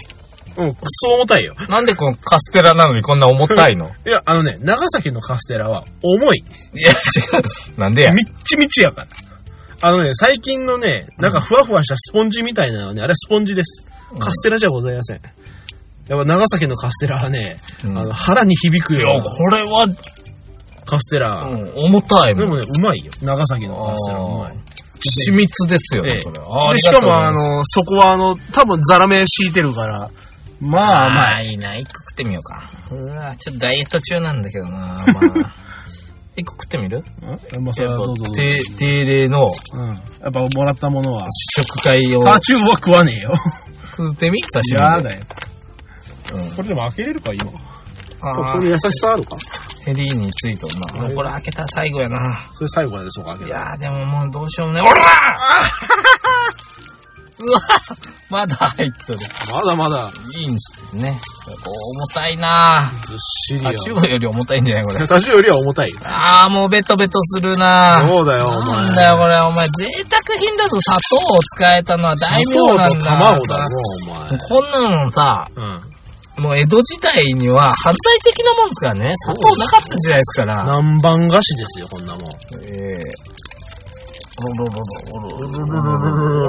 うん、くそ重たいよ。なんでこのカステラなのにこんな重たいのいや、あのね、長崎のカステラは重 (laughs) い。いや、違う。 (laughs) なんでや。みっちみちやから。あのね、最近のね、なんかふわふわしたスポンジみたいなのね、あれスポンジです。カステラじゃございません。やっぱ長崎のカステラはね、うんあの腹に響くいよや、これは、カステラ。うん重たいもでん。もね、うまいよ。長崎のカステラうまい。緻密ですよね、これ。あーで、しりがとかもあ、うございますの、そこはあの、多分ザラメ敷いてるから、まあああ、甘い。いいな。一個食ってみようか。うわちょっとダイエット中なんだけどな。(laughs) まあ。一個食ってみるうんまあ、それはどうぞどうぞ。定定例のうん。やっぱもらったものは、試食会をタチウオは食わねえよ。食ってみ刺身で。やだよ。うんこれでも開けれるか、今。あそーれ優しさあるかヘリーについとんな。もうこれ開けたら最後やな。それ最後までそうか、開けいたやーでももうどうしようもね。おらー (laughs) うわまだ入っとる。まだまだ、いいんしてね。重たいなずっしりタチウオより重たいんじゃないこ (laughs) れ。タチウオよりは重たいよ。あーもうベトベトするなそうだよ、お前。なんだよ、これ。お前、贅沢品だぞ、砂糖を使えたのは大名なんだ。砂糖と卵だろ、お前。こんなのさ、うん。もう江戸時代には犯罪的なもんですからね。砂糖なかった時代ですから。南蛮菓子ですよ、こんなもん。ええロロロロロロロロロロ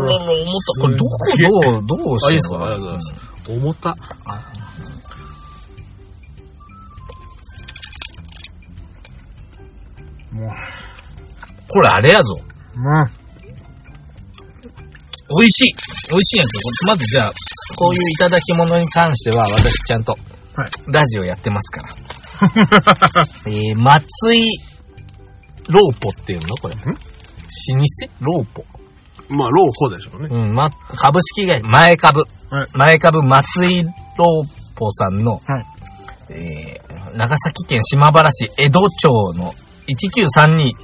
ロロ思った。これどすっげえこどう、どうあ、いいでしすてかんあのりがとうございます。重た。もう、これあれやぞ。まあ、美味しい。美味しいんやけど、まずじゃあ、こういういただき物に関しては、私ちゃんとはい。ラジオやってます (laughs) から。えー、松井ローポっていうのこれ。老舗ローポ。まあ、朗報でしょうね。うん、ま、株式会社、前株。はい前株松井ローポさんの、はいえー、長崎県島原市江戸町の1932。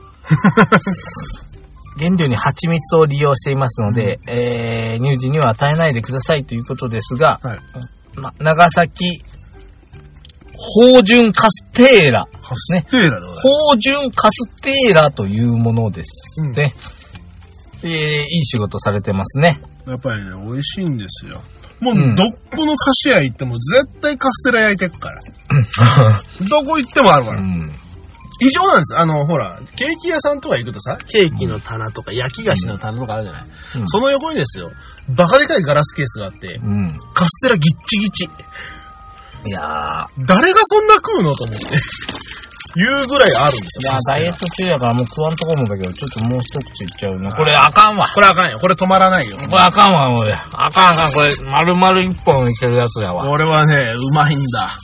原料に蜂蜜を利用していますので、えー、乳児には与えないでくださいということですが、はい。ま、長崎、芳醇カステーラ。カねステーラでございます。芳醇カステーラというものですね。えーいい仕事されてますね。やっぱりね、美味しいんですよ。もう、うんどこの菓子屋行っても絶対カステラ焼いて (laughs) くから。どこ行ってもあるかうら。ん。異常なんです。あの、ほら、ケーキ屋さんとか行くとさ、ケーキの棚とか焼き菓子の棚とかあるじゃない。うんその横にですよ、バカでかいガラスケースがあって、うん。カステラギッチギチ。いやー、誰がそんな食うのと思って。言うぐらいあるんですいよ。やカステラダイエット中やからもう食わんとこもんだけど、ちょっともう一口いっちゃうな。これあかんわ。これあかんよ。これ止まらないよ。これあかんわ、もう。あかんあかん、これ、丸々一本いけるやつやわ。これはね、うまいんだ。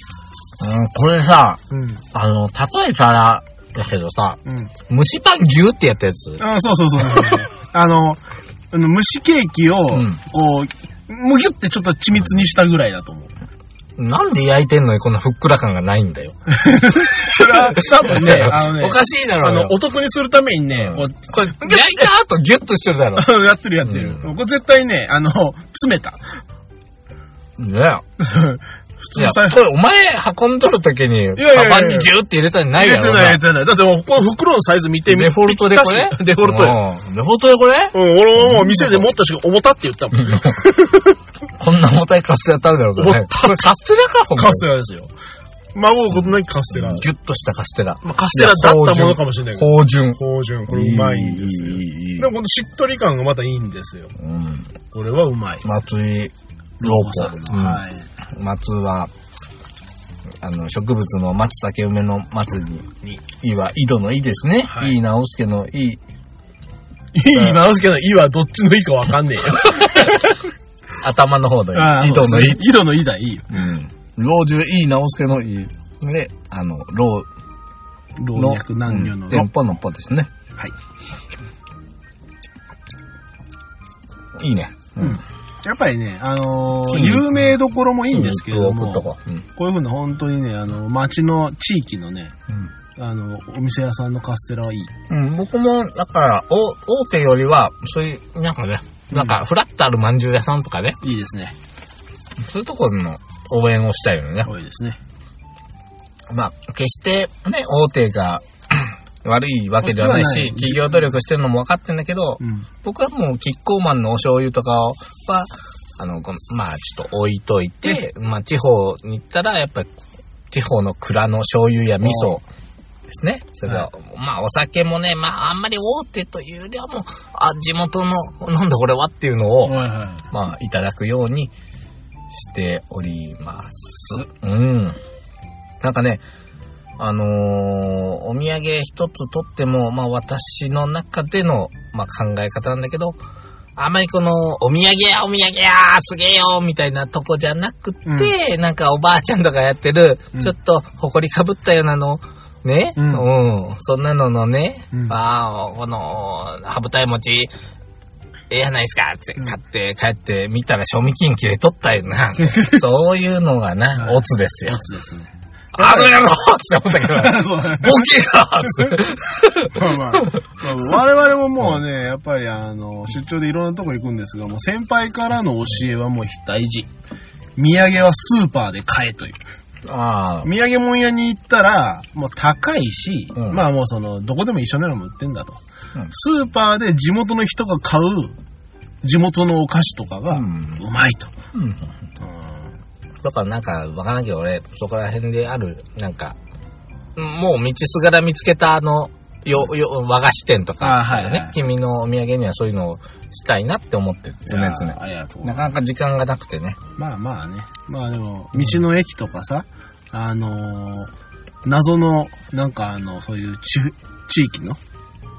うん、これさ、うん。あの、例えたら、だけどさ、うん。蒸しパンギュってやったやつ。あそうそうそうそう。 (laughs) あの、あの蒸しケーキを、んこう、むぎゅってちょっと緻密にしたぐらいだと思う。なんで焼いてんのにこんなふっくら感がないんだよ。そ (laughs) れは、多分ね、あのおね、かしいだあろうのよ、。お得にするためにね、こう、これ、焼いた後ギュッとしてるだろ。 (laughs) やってるやってる。うこれ絶対ね、あの、詰めた。ねえ。い普通のや、財布これお前運んどるときに、やいやいやカバンにギュって入れたんじゃない入やれろてない入れてない。だってもう、この袋のサイズ見てみデフォルトでこぴっれたしデフォルトよ。うんデフォルトでこれうん、俺ももう店で持ったしか重たって言ったもん。こんな重たいカステラ食べたことない。重これカステラか、ほんまにカステラですよ。孫うことないカステラ。ギュッとしたカステラ。まあ、カステラだったものかもしれないけど。芳醇。芳醇、これうまいんですよ。いいいいいいでもこのしっとり感がまたいいんですよ。うん。これはうまい。松井ローポ。うんはい。松は、あの、植物の松竹梅の松に、にいいは井戸の井ですね。はいいい直介のいい。いい、直すけど、いいはどっちのいいかわかんねえよ。頭の (laughs) 方のああいい井戸の井。。井戸のいいだ、いいよ。うん。老中いい直介のいい。で、あの、老老の、若男女うのんの天。保のポですね。はい。いいね。うん。やっぱりね、あのー筋肉有名どころもいいんですけれど送も、っとここう。うん。ういうふうな本当にね、あの、町の地域のね、あの、お店屋さんのカステラはいい。うん、僕も、だから、お大手よりは、そういう、なんかね、なんか、フラッとある饅頭屋さんとかね、いいですね。そういうところの応援をしたいよね。多いですね。まあ、決して、ね、大手が (clears throat) 悪いわけではない悪くはなし、い企業努力してるのも分かってんだけどう、ん。僕はもう、キッコーマンのお醤油とかは、あの、このまあ、ちょっと置いといて、まあ、地方に行ったら、やっぱり、地方の蔵の醤油や味噌ですね。それから、まあ、お酒もね、まあ、あんまり大手というよりはもう、あ、地元の、なんだこれはっていうのを、はいはまあ、いただくようにしております。うん。なんかね、あのーお土産一つとっても、まあ私の中での、まあ、考え方なんだけど、あまりこの、お土産やお土産やすげえよみたいなとこじゃなくて、なんかおばあちゃんとかやってる、うんちょっと埃かぶったようなの、ね、う、うんそんなののね、うんああ、この、羽二重餅、ええやないですかって買って帰ってみたら賞味期限切れとったよ (laughs) な。そういうのがな、はいオツですい。よや。つですね。あの野郎って思ったけど、 (laughs) そうだね。ボケがつって (laughs) まあまあ、まあ我々ももうね、やっぱりあの、出張でいろんなとこ行くんですが、もう先輩からの教えはもう大事。土産はスーパーで買えという。ああ、土産物屋に行ったら、もう高いし、うんまあもうその、どこでも一緒なのも売ってんだと。うんスーパーで地元の人が買う、地元のお菓子とかが、ううんまいと。うんだからなんか、わからんけど俺、そこら辺である、なんか、もう道すがら見つけたあの、よ、よ、和菓子店とか、あはいはいね、君のお土産にはそういうのをしたいなって思ってる、常いや々。ありがとうござないかなか時間がなくてね。ます。まあまあね。まあでも、道の駅とかさ、あのー謎の、なんかあの、そういう地、地域の、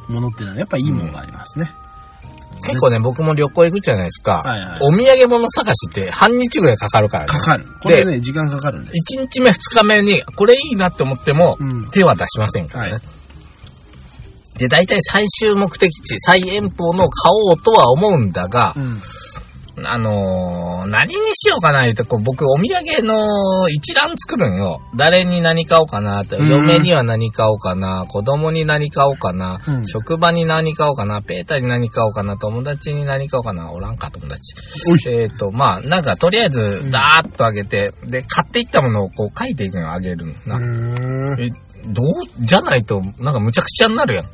ものっていうのはやっぱいいものがありますね。結構ね、僕も旅行行くじゃないですか。はいはいお土産物探しって半日ぐらいかかるからねか。かる。これね、時間かかるんです。 1日目、2日目に、これいいなって思っても、うん手は出しませんからね。はいで、大体最終目的地、最遠方のを買おうとは思うんだがう、ん。あのー何にしようかな言うと、こう僕、お土産の一覧作るんよ。誰に何買おうかなって、うん嫁には何買おうかな、子供に何買おうかな、うん職場に何買おうかな、ペータに何買おうかな、友達に何買おうかな、おらんか、友 (laughs) 達。おい。えっ、ー、と、まあ、なんか、とりあえず、ダーッとあげて、で、買っていったものをこう書いていくのあげるのな。うーん。え、どう、じゃないと、なんかむちゃくちゃになるやん。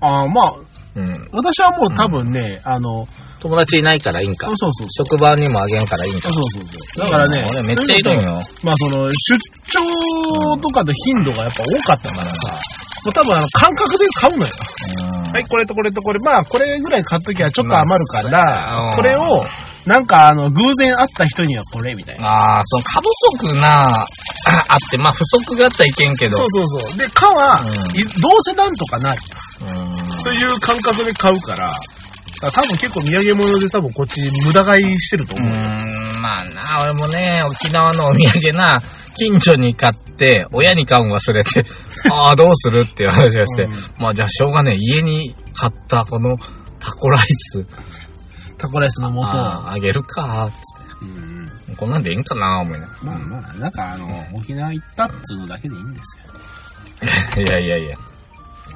あーまあ、うん。私はもう多分ね、あの、友達いないからいいんかそう。そうそう。職場にもあげんからいいんかそう。そうそう。だからね、俺めっちゃいるんよ。まあその、出張とかで頻度がやっぱ多かったからさ、もう多分あの、感覚で買うのよ。うんはい、これとこれとこれ、まあこれぐらい買っときゃちょっと余るかまあら、そうこれを、なんかあの、偶然会った人にはこれみたいな。ああ、その過不足な、 (coughs) ああって、まあ不足があったらいけんけど。そうそうそう。で、かは、うんいどうせなんとかなるうんという感覚で買うから、だから多分結構土産物で多分こっち無駄買いしてるとう思う。ーん、まあな、俺もね、沖縄のお土産な、近所に買って、親に買うん忘れ (laughs) て、ああ、どうするっていう話をして、うんまあじゃあしょうがねえ、家に買ったこのタコライス、タコライスの素を。ああ、あげるか、つっうんて。こんなんでいいんかな、思いながまあまあ、なんかあの、沖縄行ったっつうのだけでいいんですよ。ら。いやいやいや。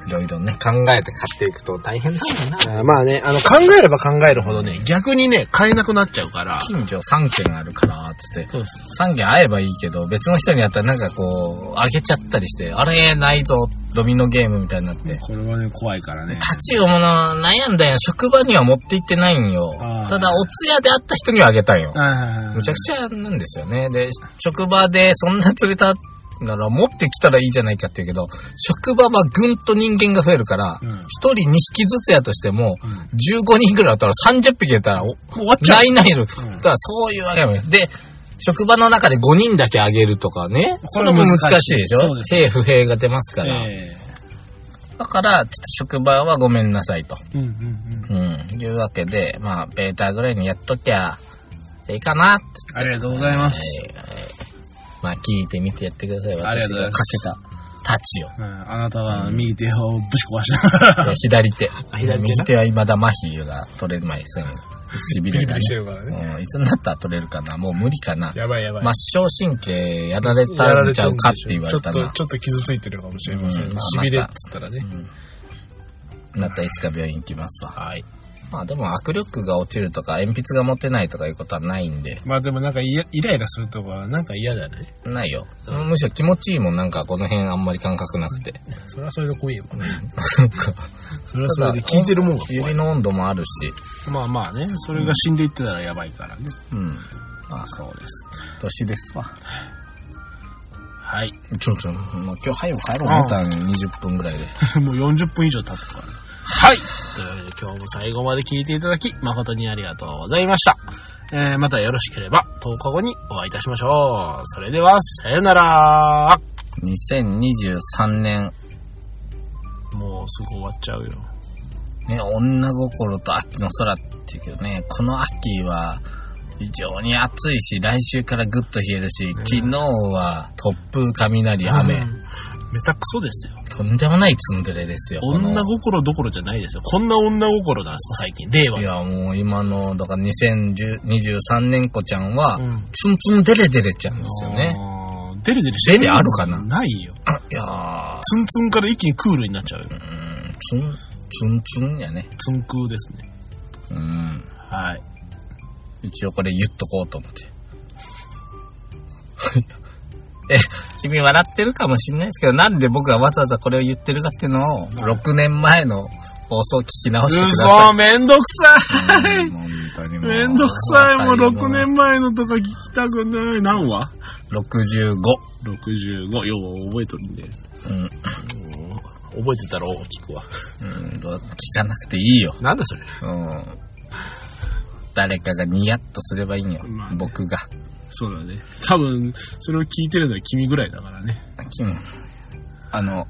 いろいろね、考えて買っていくと大変なんだな。あーまあね、あの、考えれば考えるほどね、逆にね、買えなくなっちゃうから。近所3軒あるから、つって。そうです。 3軒会えばいいけど、別の人に会ったらなんかこう、あげちゃったりして、あれ、ないぞ、ドミノゲームみたいになって。これはね、怖いからね。タチウオもな、悩んだんや。職場には持って行ってないんよあ。ーただ、お通夜で会った人にはあげたんよ。はいはいはいむちゃくちゃなんですよね。で、職場でそんな釣れたなら持ってきたらいいじゃないかって言うけど、職場はぐんと人間が増えるから、うん一1人2匹ずつやとしても、うん15人ぐらいだったら30匹やったら、おもう終わっちゃなう。いないの。だんからそういうわけもないで、職場の中で5人だけあげるとかね。ここれれもも難難ししいいでしょそうです政府兵が出ますから。えだから、ちょっと職場はごめんなさいと。えうんうんうん。うん。いうわけで、まあ、ベータぐらいにやっときゃ、いいかなって。ありがとうございます。えーえーまあ、聞いてみてやってください。あり私がとうございがまかけたタチを。うんあなたは右手をぶち壊したで左手。 (laughs) 左手な右手は未だ麻痺が取れません。しびれ (laughs) がね。るから。うん、いつになったら取れるかなもう無理かな。やばいやば末梢神経やられたんちゃうかって言われたな。ちょっと傷ついてるかもしれません痺れっつったらね。またいつか病院行きますわ。はい。まあでも握力が落ちるとか、鉛筆が持てないとかいうことはないんで、まあでもなんかイライラするとこはなんか嫌だね。ないよ。むしろ気持ちいいもん、なんかこの辺あんまり感覚なくて。それはそれで怖いよ。なんかそれはそれで聞いてるもんが怖い。指の温度もあるし。まあまあね、それが死んでいってたらやばいからね。うん。まあそうです。年ですわ。はい。ちょっと、もう今日早く帰ろう思ったのに20分ぐらいで。もう40分以上経ったからね。はい。というわけで今日も最後まで聞いていただき、誠にありがとうございました。えー、またよろしければ10日後にお会いいたしましょう。それでは、さよなら。 2023年、もうすぐ終わっちゃうよ。ね、女心と秋の空っていうけどね、この秋は非常に暑いし、来週からぐっと冷えるし、昨日は突風、雷、雨、うんめたくそですよ。とんでもないツンデレですよ。この女心どころじゃないですよ。こんな女心なんですか、最近。令和い。や、もう今の、だから2023年子ちゃんは、うんツンツンデレデレちゃんですよね。あー。デレデレしてデレあるかなないよ。いやー、ツンツンから一気にクールになっちゃうよ。うん、ツン、ツンツンやね。ツンクーですね。うん。はい。一応これ言っとこうと思って。 (laughs) え、君笑ってるかもしんないですけど、なんで僕がわざわざこれを言ってるかっていうのを、6年前の放送を聞き直してくださ嘘、めんどくさい。い。うん本当にもうめんどくさい。もう6。年前のとか聞きたくない。何話65。 ?65。よう覚えとるんで。うん。覚えてたら聞くわ。うん、どう聞かなくていいよ。なんだそれ。うん。誰かがニヤッとすればいいんよ。まあね僕が。そうだね。多分、それを聞いてるのは君ぐらいだからね。君、あの、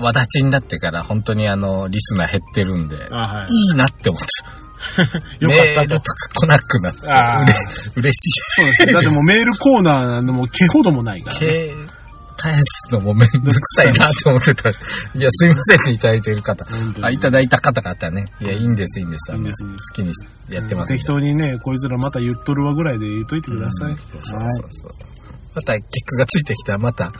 わだちになってから本当にあの、リスナー減ってるんで、あはいいなって思った。い。よかったメールとと。か来なくなって、あーうれ嬉しそうですね。だってもうメールコーナーのもう毛ほどもない (laughs) からい。ね。け返すのもめんどくさいなと思って (laughs) た。いや、すいませんね、いただいてる方。本当にあ、いただいた方々ね。いや、いいんです、いいんです。あのいいんですいいんです好きにやってますんで。適当にね、こいつらまた言っとるわぐらいで言っといてください。うんそうそうはい。そうまた、結果がついてきたら、また、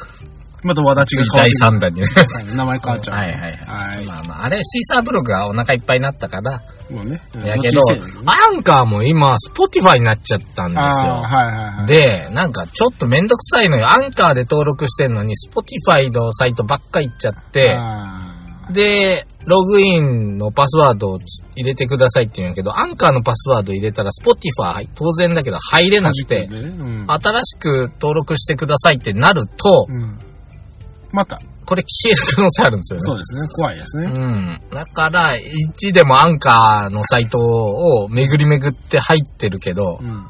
またわだちが次変わ第っ3弾にてくなります。るはい名前変わっちゃう。はいはいはい。はいまあまあ、あれ、シーサーブログはお腹いっぱいになったから、もうね。やけどどっちにせよね、アンカーも今、スポティファイになっちゃったんですあよあ、。はいはいはい。で、なんかちょっとめんどくさいのよ。アンカーで登録してんのに、スポティファイのサイトばっか行っちゃって、あで、ログインのパスワードをつ入れてくださいって言うんやけど、アンカーのパスワード入れたら、スポティファイ当然だけど入れーなくてマジ、ックでねうん新しく登録してくださいってなると、うん。また、これ消える可能性あるんですよね。そうですね。怖いですね。うん。だから、1でもアンカーのサイトを巡り巡って入ってるけどう、ん。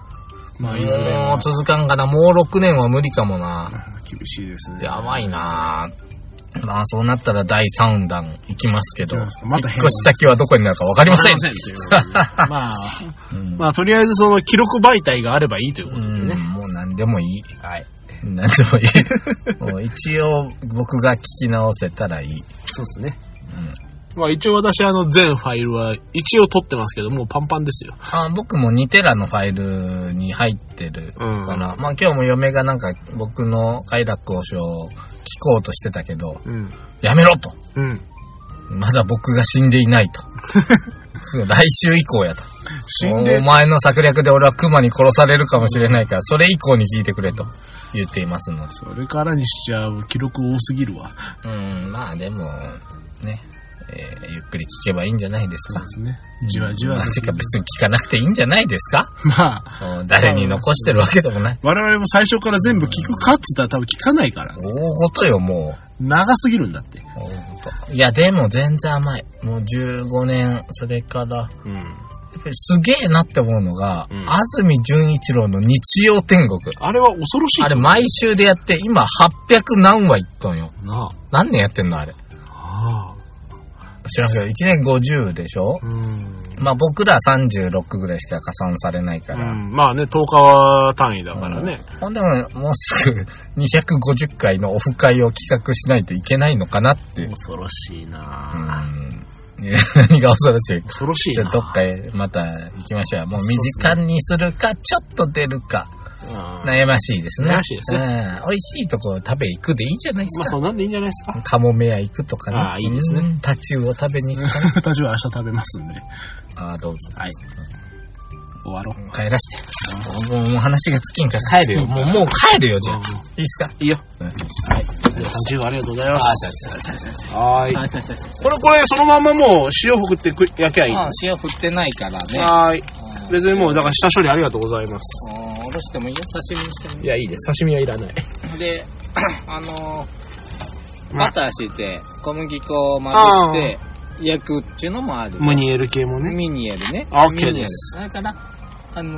まあ、いずれもはう続かんかな。もう6年は無理かもな。あ厳しいですね。やばいなぁ。まあそうなったら第3弾いきますけど、行きますかまた引っ変越し先はどこになるかわかりません。ということでまあ、うんまあ、とりあえずその記録媒体があればいいということでうね。んもう何でもいい。はい。何でもいい。も (laughs) う一応僕が聞き直せたらいい。そうですね。まあ、一応私、あの、全ファイルは一応取ってますけど、もうパンパンですよ。あ僕も2テラのファイルに入ってるから、まあ今日も嫁がなんか僕の快楽交渉を聞こうとしてたけど、うん。やめろと。うん。まだ僕が死んでいない (laughs) と。来週以降やと。死んでお、前の策略で俺は熊に殺されるかもしれないから、それ以降に聞いてくれと言っていますので。それからにしちゃう記録多すぎるわ。うん、まあでも、ね、えーゆっくり聞けばいいんじゃないですそかうで。すね。じわじまわあ。てか別に聞かなくていいんじゃないですかまあ、うん誰に残してるわけでもない。我々も最初から全部聞くかっつったら多分聞かないから。大ごとよ、もう。長すぎるんだって。大ごと。いや、でも全然甘い。もう15年、それから、うん。やっぱりすげえなって思うのが、うん安住淳一郎の日曜天国。あれは恐ろしいあれ毎週でやって、今800何話いっとんよ。な何年やってんのあれ。ああ。知らんけど、1年50でしょうん。まあ僕ら36ぐらいしか加算されないから。うん、まあね、10日は単位だからね。ほんでも、もうすぐ250回のオフ会を企画しないといけないのかなって。うん。恐ろしいなぁいや (laughs) 何が恐ろしい。恐ろしいじゃなあどっかへまた行きましょう。もう身近にするか、ちょっと出るか、うん悩ましいですね。悩ましいですねね。美味しいところ食べ行くでいいじゃないでまあ、すそか。うなんでいいんじゃないですか。カモメ屋行くとかね。ああいいですねうん。タチウオ食べに行 (laughs) く。私は明日食べますんで、ああ、どうぞ。はい終わろう。帰らして。もう、もう話が尽きんから帰るよ。もう、もう帰るよ、じゃあ。いいっすかいいよ。はい。じゃあ、30ありがとうございます。はーい。あ、そうそうそうこれ、これ、そのまんまもう塩振ってく焼きゃいい。あ塩振ってないからね。はーい。うん別にもう、だから下処理ありがとうございます。うんおろしてもいいよ、刺身にしてもいいや、いいです。刺身はいらない。い。で、 (clears throat) あのー、まあバターして、小麦粉をまぶして、焼くっていうのもある。ムニエル系もね。ミニエルね。あ OK ミニエルですだから、あの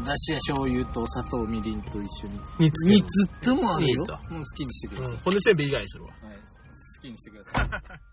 ー、だしや醤油と砂糖、みりんと一緒に。煮煮つってもあるよいい。もう好きにしてください。うん、骨せんべい以外にするわ。はい好きにしてください。